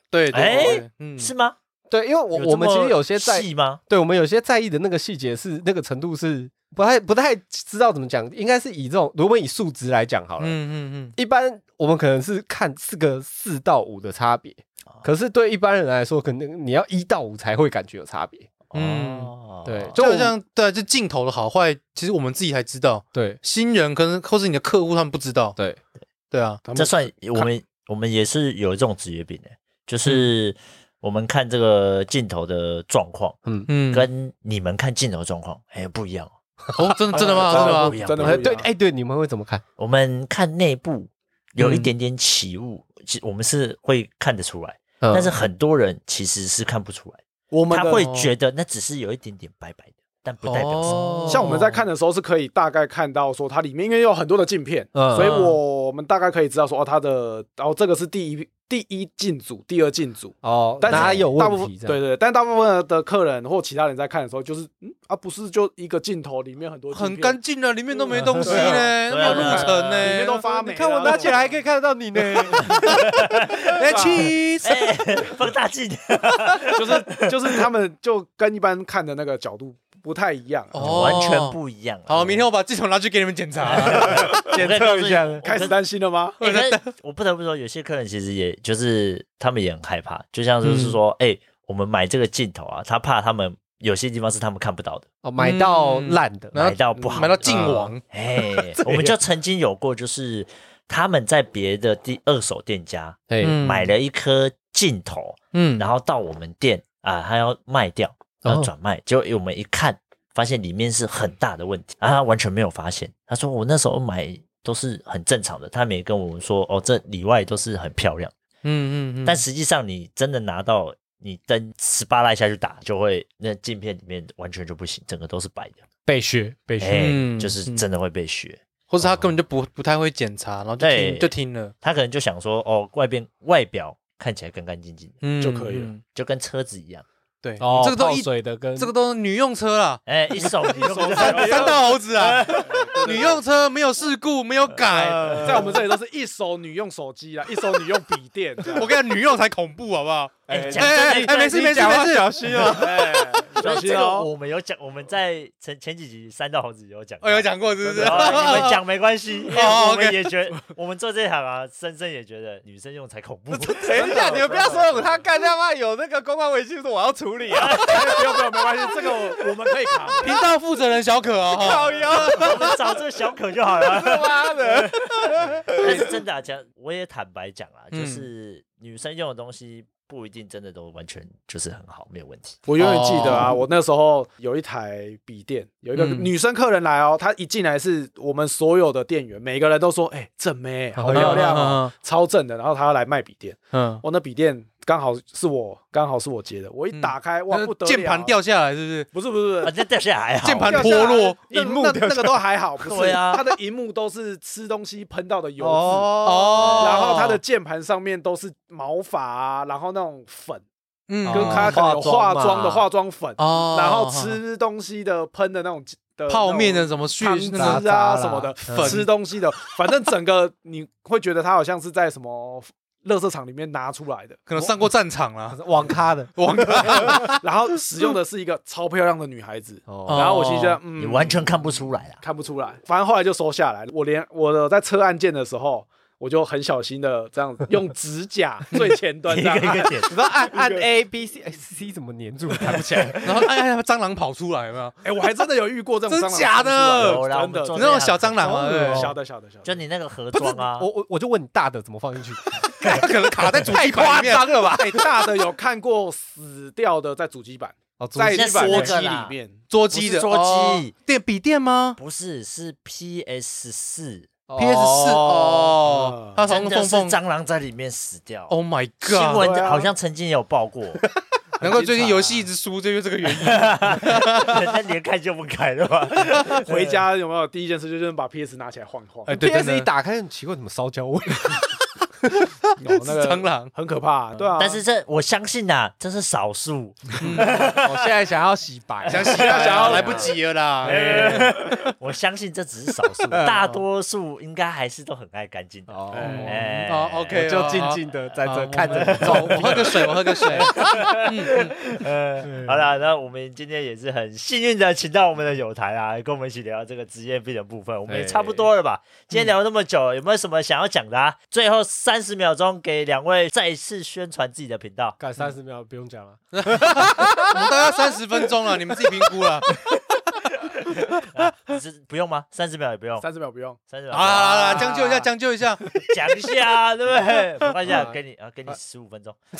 C: 对
A: 哎
C: 对，对嗯
A: 是吗？
D: 对，因为我
A: 有这
D: 我们其实
A: 么
D: 有些在
A: 细吗？
D: 对我们有些在意的那个细节是那个程度是不太不太知道怎么讲，应该是以这种如果以数值来讲好了，
C: 嗯嗯
D: 一般我们可能是看四个四到五的差别，
C: 哦
D: 可是对一般人来说，可能你要一到五才会感觉有差别。
C: 嗯
A: 哦
D: 对
C: 嗯，就
D: 就
C: 好像对啊，就镜头的好坏，其实我们自己才知道，
D: 对
C: 新人可能或是你的客户他们不知道。
D: 对，
C: 对啊，
B: 他们
A: 这算我们我们也是有这种职业病的、欸就是我们看这个镜头的状况，
C: 嗯，
A: 跟你们看镜头状况哎不一样哦。
C: 哦，真 的真的吗？真的
B: 啊
C: 吗
A: 不一？样
B: 真的不一
D: 哎
B: 样
D: 对，哎对，你们会怎么看？
A: 我们看内部有一
C: 嗯
A: 点点起雾，其我们是会看得出来，
D: 嗯
A: 但是很多人其实是看不出来，
B: 我们
A: 他
B: 的
A: 会觉得那只是有一点点白白的，但不代表什么。
C: 哦
B: 像我们在看的时候是可以大概看到说它里面因为有很多的镜片，
D: 嗯
B: 所以我们大概可以知道说哦它的然后这个是第一第一进组，第二进组。
D: 哦，
B: 但
D: 哪
B: 是
D: 有
B: 大部
D: 问
B: 分
D: 题这
B: 对
D: 样？
B: 对，但大部分的客人或其他人在看的时候，就是嗯啊，不是就一个镜头里面很多镜
C: 很
B: 片
C: 干 净啊，里面都没东西
B: 对啊
C: 呢，
A: 对啊
C: 没有路程呢，
B: 里面都发霉
D: 你
B: 了。
D: 看我拿起来还可以看得到 你呢，
C: 哎气死！
A: 哎，放大镜，
B: 就是就是他们就跟一般看的那个角度不太一样啊、
C: 哦
A: 完全不一样啊。
C: 好，明天我把系统拿去给你们检 查。
A: 检
E: 测一下
B: 开始担心了吗？
A: 欸哎可是我不得不说，有些客人其实也就是他们也很害怕，就像就是说，哎、我们买这个镜头啊，他怕他们有些地方是他们看不到的，
D: 哦，买到
C: 嗯
D: 烂的，
C: 然后
A: 买到不好
C: 买到
A: 的。
C: 晋王，
A: 哎、我们就曾经有过，就是他们在别的第二手店家、
D: 哎，
C: 嗯
A: 买了一颗镜头，
C: 嗯
A: 然后到我们店啊，他要卖掉，要
D: 哦
A: 转卖，结果我们一看，发现里面是很大的问题，啊，他完全没有发现。他说我那时候买都是很正常的，他没跟我们说哦，这里外都是很漂亮，
C: 嗯嗯嗯，
A: 但实际上你真的拿到。你灯十八拉一下去打，就会那镜片里面完全就不行，整个都是白的，
D: 被削被削，
A: 哎、
C: 嗯
A: 就是
C: 嗯
A: 真的会被削。
C: 或者他根本就不不太会检查，然后就
A: 对
C: 听就听了，
A: 他可能就想说，哦，外边外表看起来干干净净的，
C: 嗯
B: 就可以了
C: 嗯
A: 就跟车子一样，
C: 对，
D: 哦，
C: 这个都
D: 泡
C: 一
D: 水的跟
C: 这个都是女用车啦，
A: 哎、一手你就不知道
C: 三三道猴子啊，女用车没有事故，没有
A: 哎
C: 改。
B: 呃在我们这里都是一手女用手 机啊，一手女用笔电。
C: 我跟你讲，女用才恐怖，好不好？
A: 哎讲
C: 哎哎
A: 真的
C: 哎，没事没事
E: 讲话
C: 没事，
E: 小心哦。
B: 哎，
A: 所
B: 小
A: 以这
B: 心
A: 个
B: 哦！
A: 我们有讲，我们在前前几集三道猴子有讲，
C: 哦哎我有，讲过是不是？
A: 然后哦你们 讲没关系，因为
C: 哦
A: 我们
C: OK
A: 也觉得，我们做这行啊，深深也觉得女生用才恐怖。
E: 等一下，你们不要说我他干他妈有那个公关微信说我要处理啊，
B: 不哎用不用，没关系，这个我我们可以扛。
C: 频道负责人小可哦，哈
E: 靠腰，
A: 我们找这个小可就好了。
E: 他 妈的！
A: 但是真的啊讲、我也坦白讲啊，就
C: 嗯
A: 是女生用的东西不一定真的都完全就是很好，没有问题。
B: 我永远记得啊，我那时候有一台笔电，有一个
C: 嗯
B: 女生客人来哦，她一进来是我们所有的店员，每个人都说：“哎，正妹，好漂亮哦，超正的。”然后她要来卖笔电，
C: 嗯，
B: 我那笔电刚好是我，刚好是我接的，我一打开，哇，
C: 那
B: 不得了，
C: 键盘，掉下来是不是？
B: 不是不是
A: 啊，，那掉下来还好。
C: 键盘
B: 掉下
C: 脱落
B: 那
E: 荧幕
B: 那
E: 掉
B: 那
E: 下
B: 个都还好，不
A: 对
B: 是
A: 啊
B: 它的荧幕都是吃东西喷到的油渍。
E: 哦
C: 哦
B: 然后它的键盘上面都是毛发啊，然后那种粉，
C: 嗯
D: 哦
B: 跟它可能有化
D: 化妆
B: 妆的
D: 嘛
B: 化妆粉，
C: 哦
B: 然后吃东西的喷的那种的
C: 泡面的
B: 的
C: 什么血
B: 汤
C: 那个
B: 汁
D: 渣
B: 啊
D: 啦
B: 什么的，
C: 粉
B: 吃东西的，反正整个你会觉得它好像是在什么。垃圾场里面拿出来的，
C: 可能上过战场啦。
D: 网咖的
C: 网
B: 然后使用的是一个超漂亮的女孩子，
D: 哦
C: 哦
B: 然后我其实觉得，嗯，
A: 你完全看不出来啊啦。
B: 看不出来，反正后来就收下来了。我连我的在车按键的时候，我就很小心的这样子用指甲最前端
A: 一
B: 这
A: 个
B: 样
A: 一
B: 按。
A: 个点，
D: 你说 按按
B: 一个
D: A B C 哎 C 怎么粘住看不起 来？
C: 然后哎哎，蟑螂跑出来有没有？
B: 哎、我还真的有遇过这种蟑
C: 真
B: 螂
C: 假的
B: 跑出
A: 有啦
B: 来
A: 我
B: 呃真
A: 们
B: 的
A: 做
B: 真
C: 你
B: 的
C: 那种小蟑螂
D: 好
C: 啊，
D: 恶
C: 对
D: 哦
B: 小的小的小的，
A: 就你那个盒
D: 不是
A: 装啊，
D: 我我我就问你大的怎么放进去？
C: 可能卡在主
E: 太
C: 机板
E: 夸
C: 里面。
E: 张了吧？
B: 哎、大的有看过死掉的在主机板，
D: 哦，主
B: 在
A: 机板
B: 桌
A: 那
B: 机
A: 个
B: 里
A: 啦
B: 面。
C: 桌机
A: 不是
C: 的
A: 桌机
C: 哦电笔电吗
A: 不是是 PS 四，
C: ？PS 四哦
B: 哦，
C: 它
A: 真
C: 从
A: 的
C: 缝
A: 是
C: 缝。
A: 蟑螂在里面死掉。
C: Oh my
A: 新
C: god！
A: 闻
B: 对啊
A: 好像曾经有报过，
C: 难怪最近游戏一直输，就是这个 原因。
A: 人家连开就不开了吧？
B: 回家有没有第一件事就是把 PS 拿起来晃一晃？
C: 哎对
D: p
C: 真
D: S
C: 的
D: 一打开很奇怪，怎么烧焦味？
B: 有那
C: 蟑
B: 个
C: 螂，
B: 很可怕、对啊。
A: 但是这我相信呐、这是少数。
E: 我现在想要洗白，
C: 想洗啊
B: 想要
C: 来不及了啦。
A: 哎 我相信这只是少数，大多数应该还是都很爱干净的。
D: 哦
A: 哎
C: 哦，OK，
D: 我 就静静的在
C: 好
D: 啊这
C: 我
D: 看着
C: 们
D: 你照
C: 我喝个水，我喝个水。
A: 呃，好了，那我们今天也是很幸运的，请到我们的友台啊，跟我们一起聊这个职业病的部分，我们也差不多了吧？今天聊那么久，有没有什么想要讲的啊？最后三十秒钟给两位再次宣传自己的频 道。
D: 干三十秒不用讲了，
C: 我们大概三十分钟了，你们自己评估了。
A: 是不用吗？三十啊秒也不用，
B: 三十秒不用，
A: 三十秒
C: 好啦 好啦，将就一下，将就一下。
A: 讲一下啊，对不对？没关系啊，给你啊，给你十五分钟。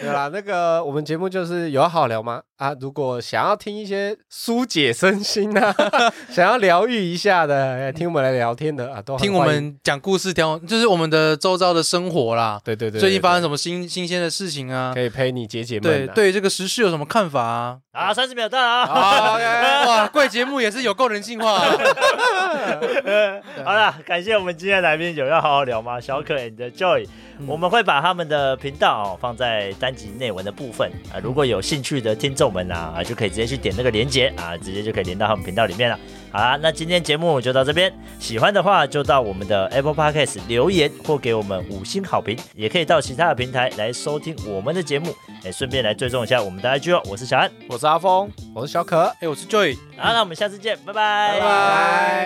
D: 对啦，那个我们节目就是有好聊吗？啊，如果想要听一些疏解身心啊， 想要疗愈一下的，哎听我们来聊天的啊，都很
C: 听我
D: 欢迎
C: 们讲故事，听我就是我们的周遭的生活啦。
D: 对对对，
C: 最近发生
D: 什
C: 什么新新鲜的事情啊？
D: 可以陪你解解
C: 对
D: 闷啊。
C: 对，这个时事有什么看法啊？
A: 好，三十秒到了啊。
C: 啊，哇，贵节目也是有够人性化啊。
A: 好了，感谢我们今天的来宾有要好好聊吗？小可 and Joy，、我们会把他们的频道、哦、放在单集内文的部分啊、如果有兴趣的听众们啊，啊就可以直接去点那个连接啊，直接就可以连到他们频道里面了。好啦，那今天节目就到这边，喜欢的话就到我们的 Apple Podcast 留言或给我们五星好评，也可以到其他的平台来收听我们的节目，哎，顺便来追踪一下我们的 IG 哦。我是小安，
B: 我是阿峰，
D: 我是小可，
C: 哎，我是 Joy，
A: 好，那我们下次见，拜拜，
C: 拜拜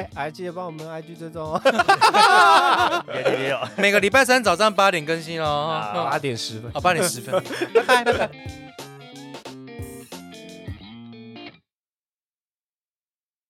D: 拜，还记得帮我们 IG 追踪哦，
A: 拜，六六六。
C: 每个礼拜三早上八点更新哦，
A: 好
C: 啊
D: 八点十分。
C: 八点十分。
D: 拜拜拜拜。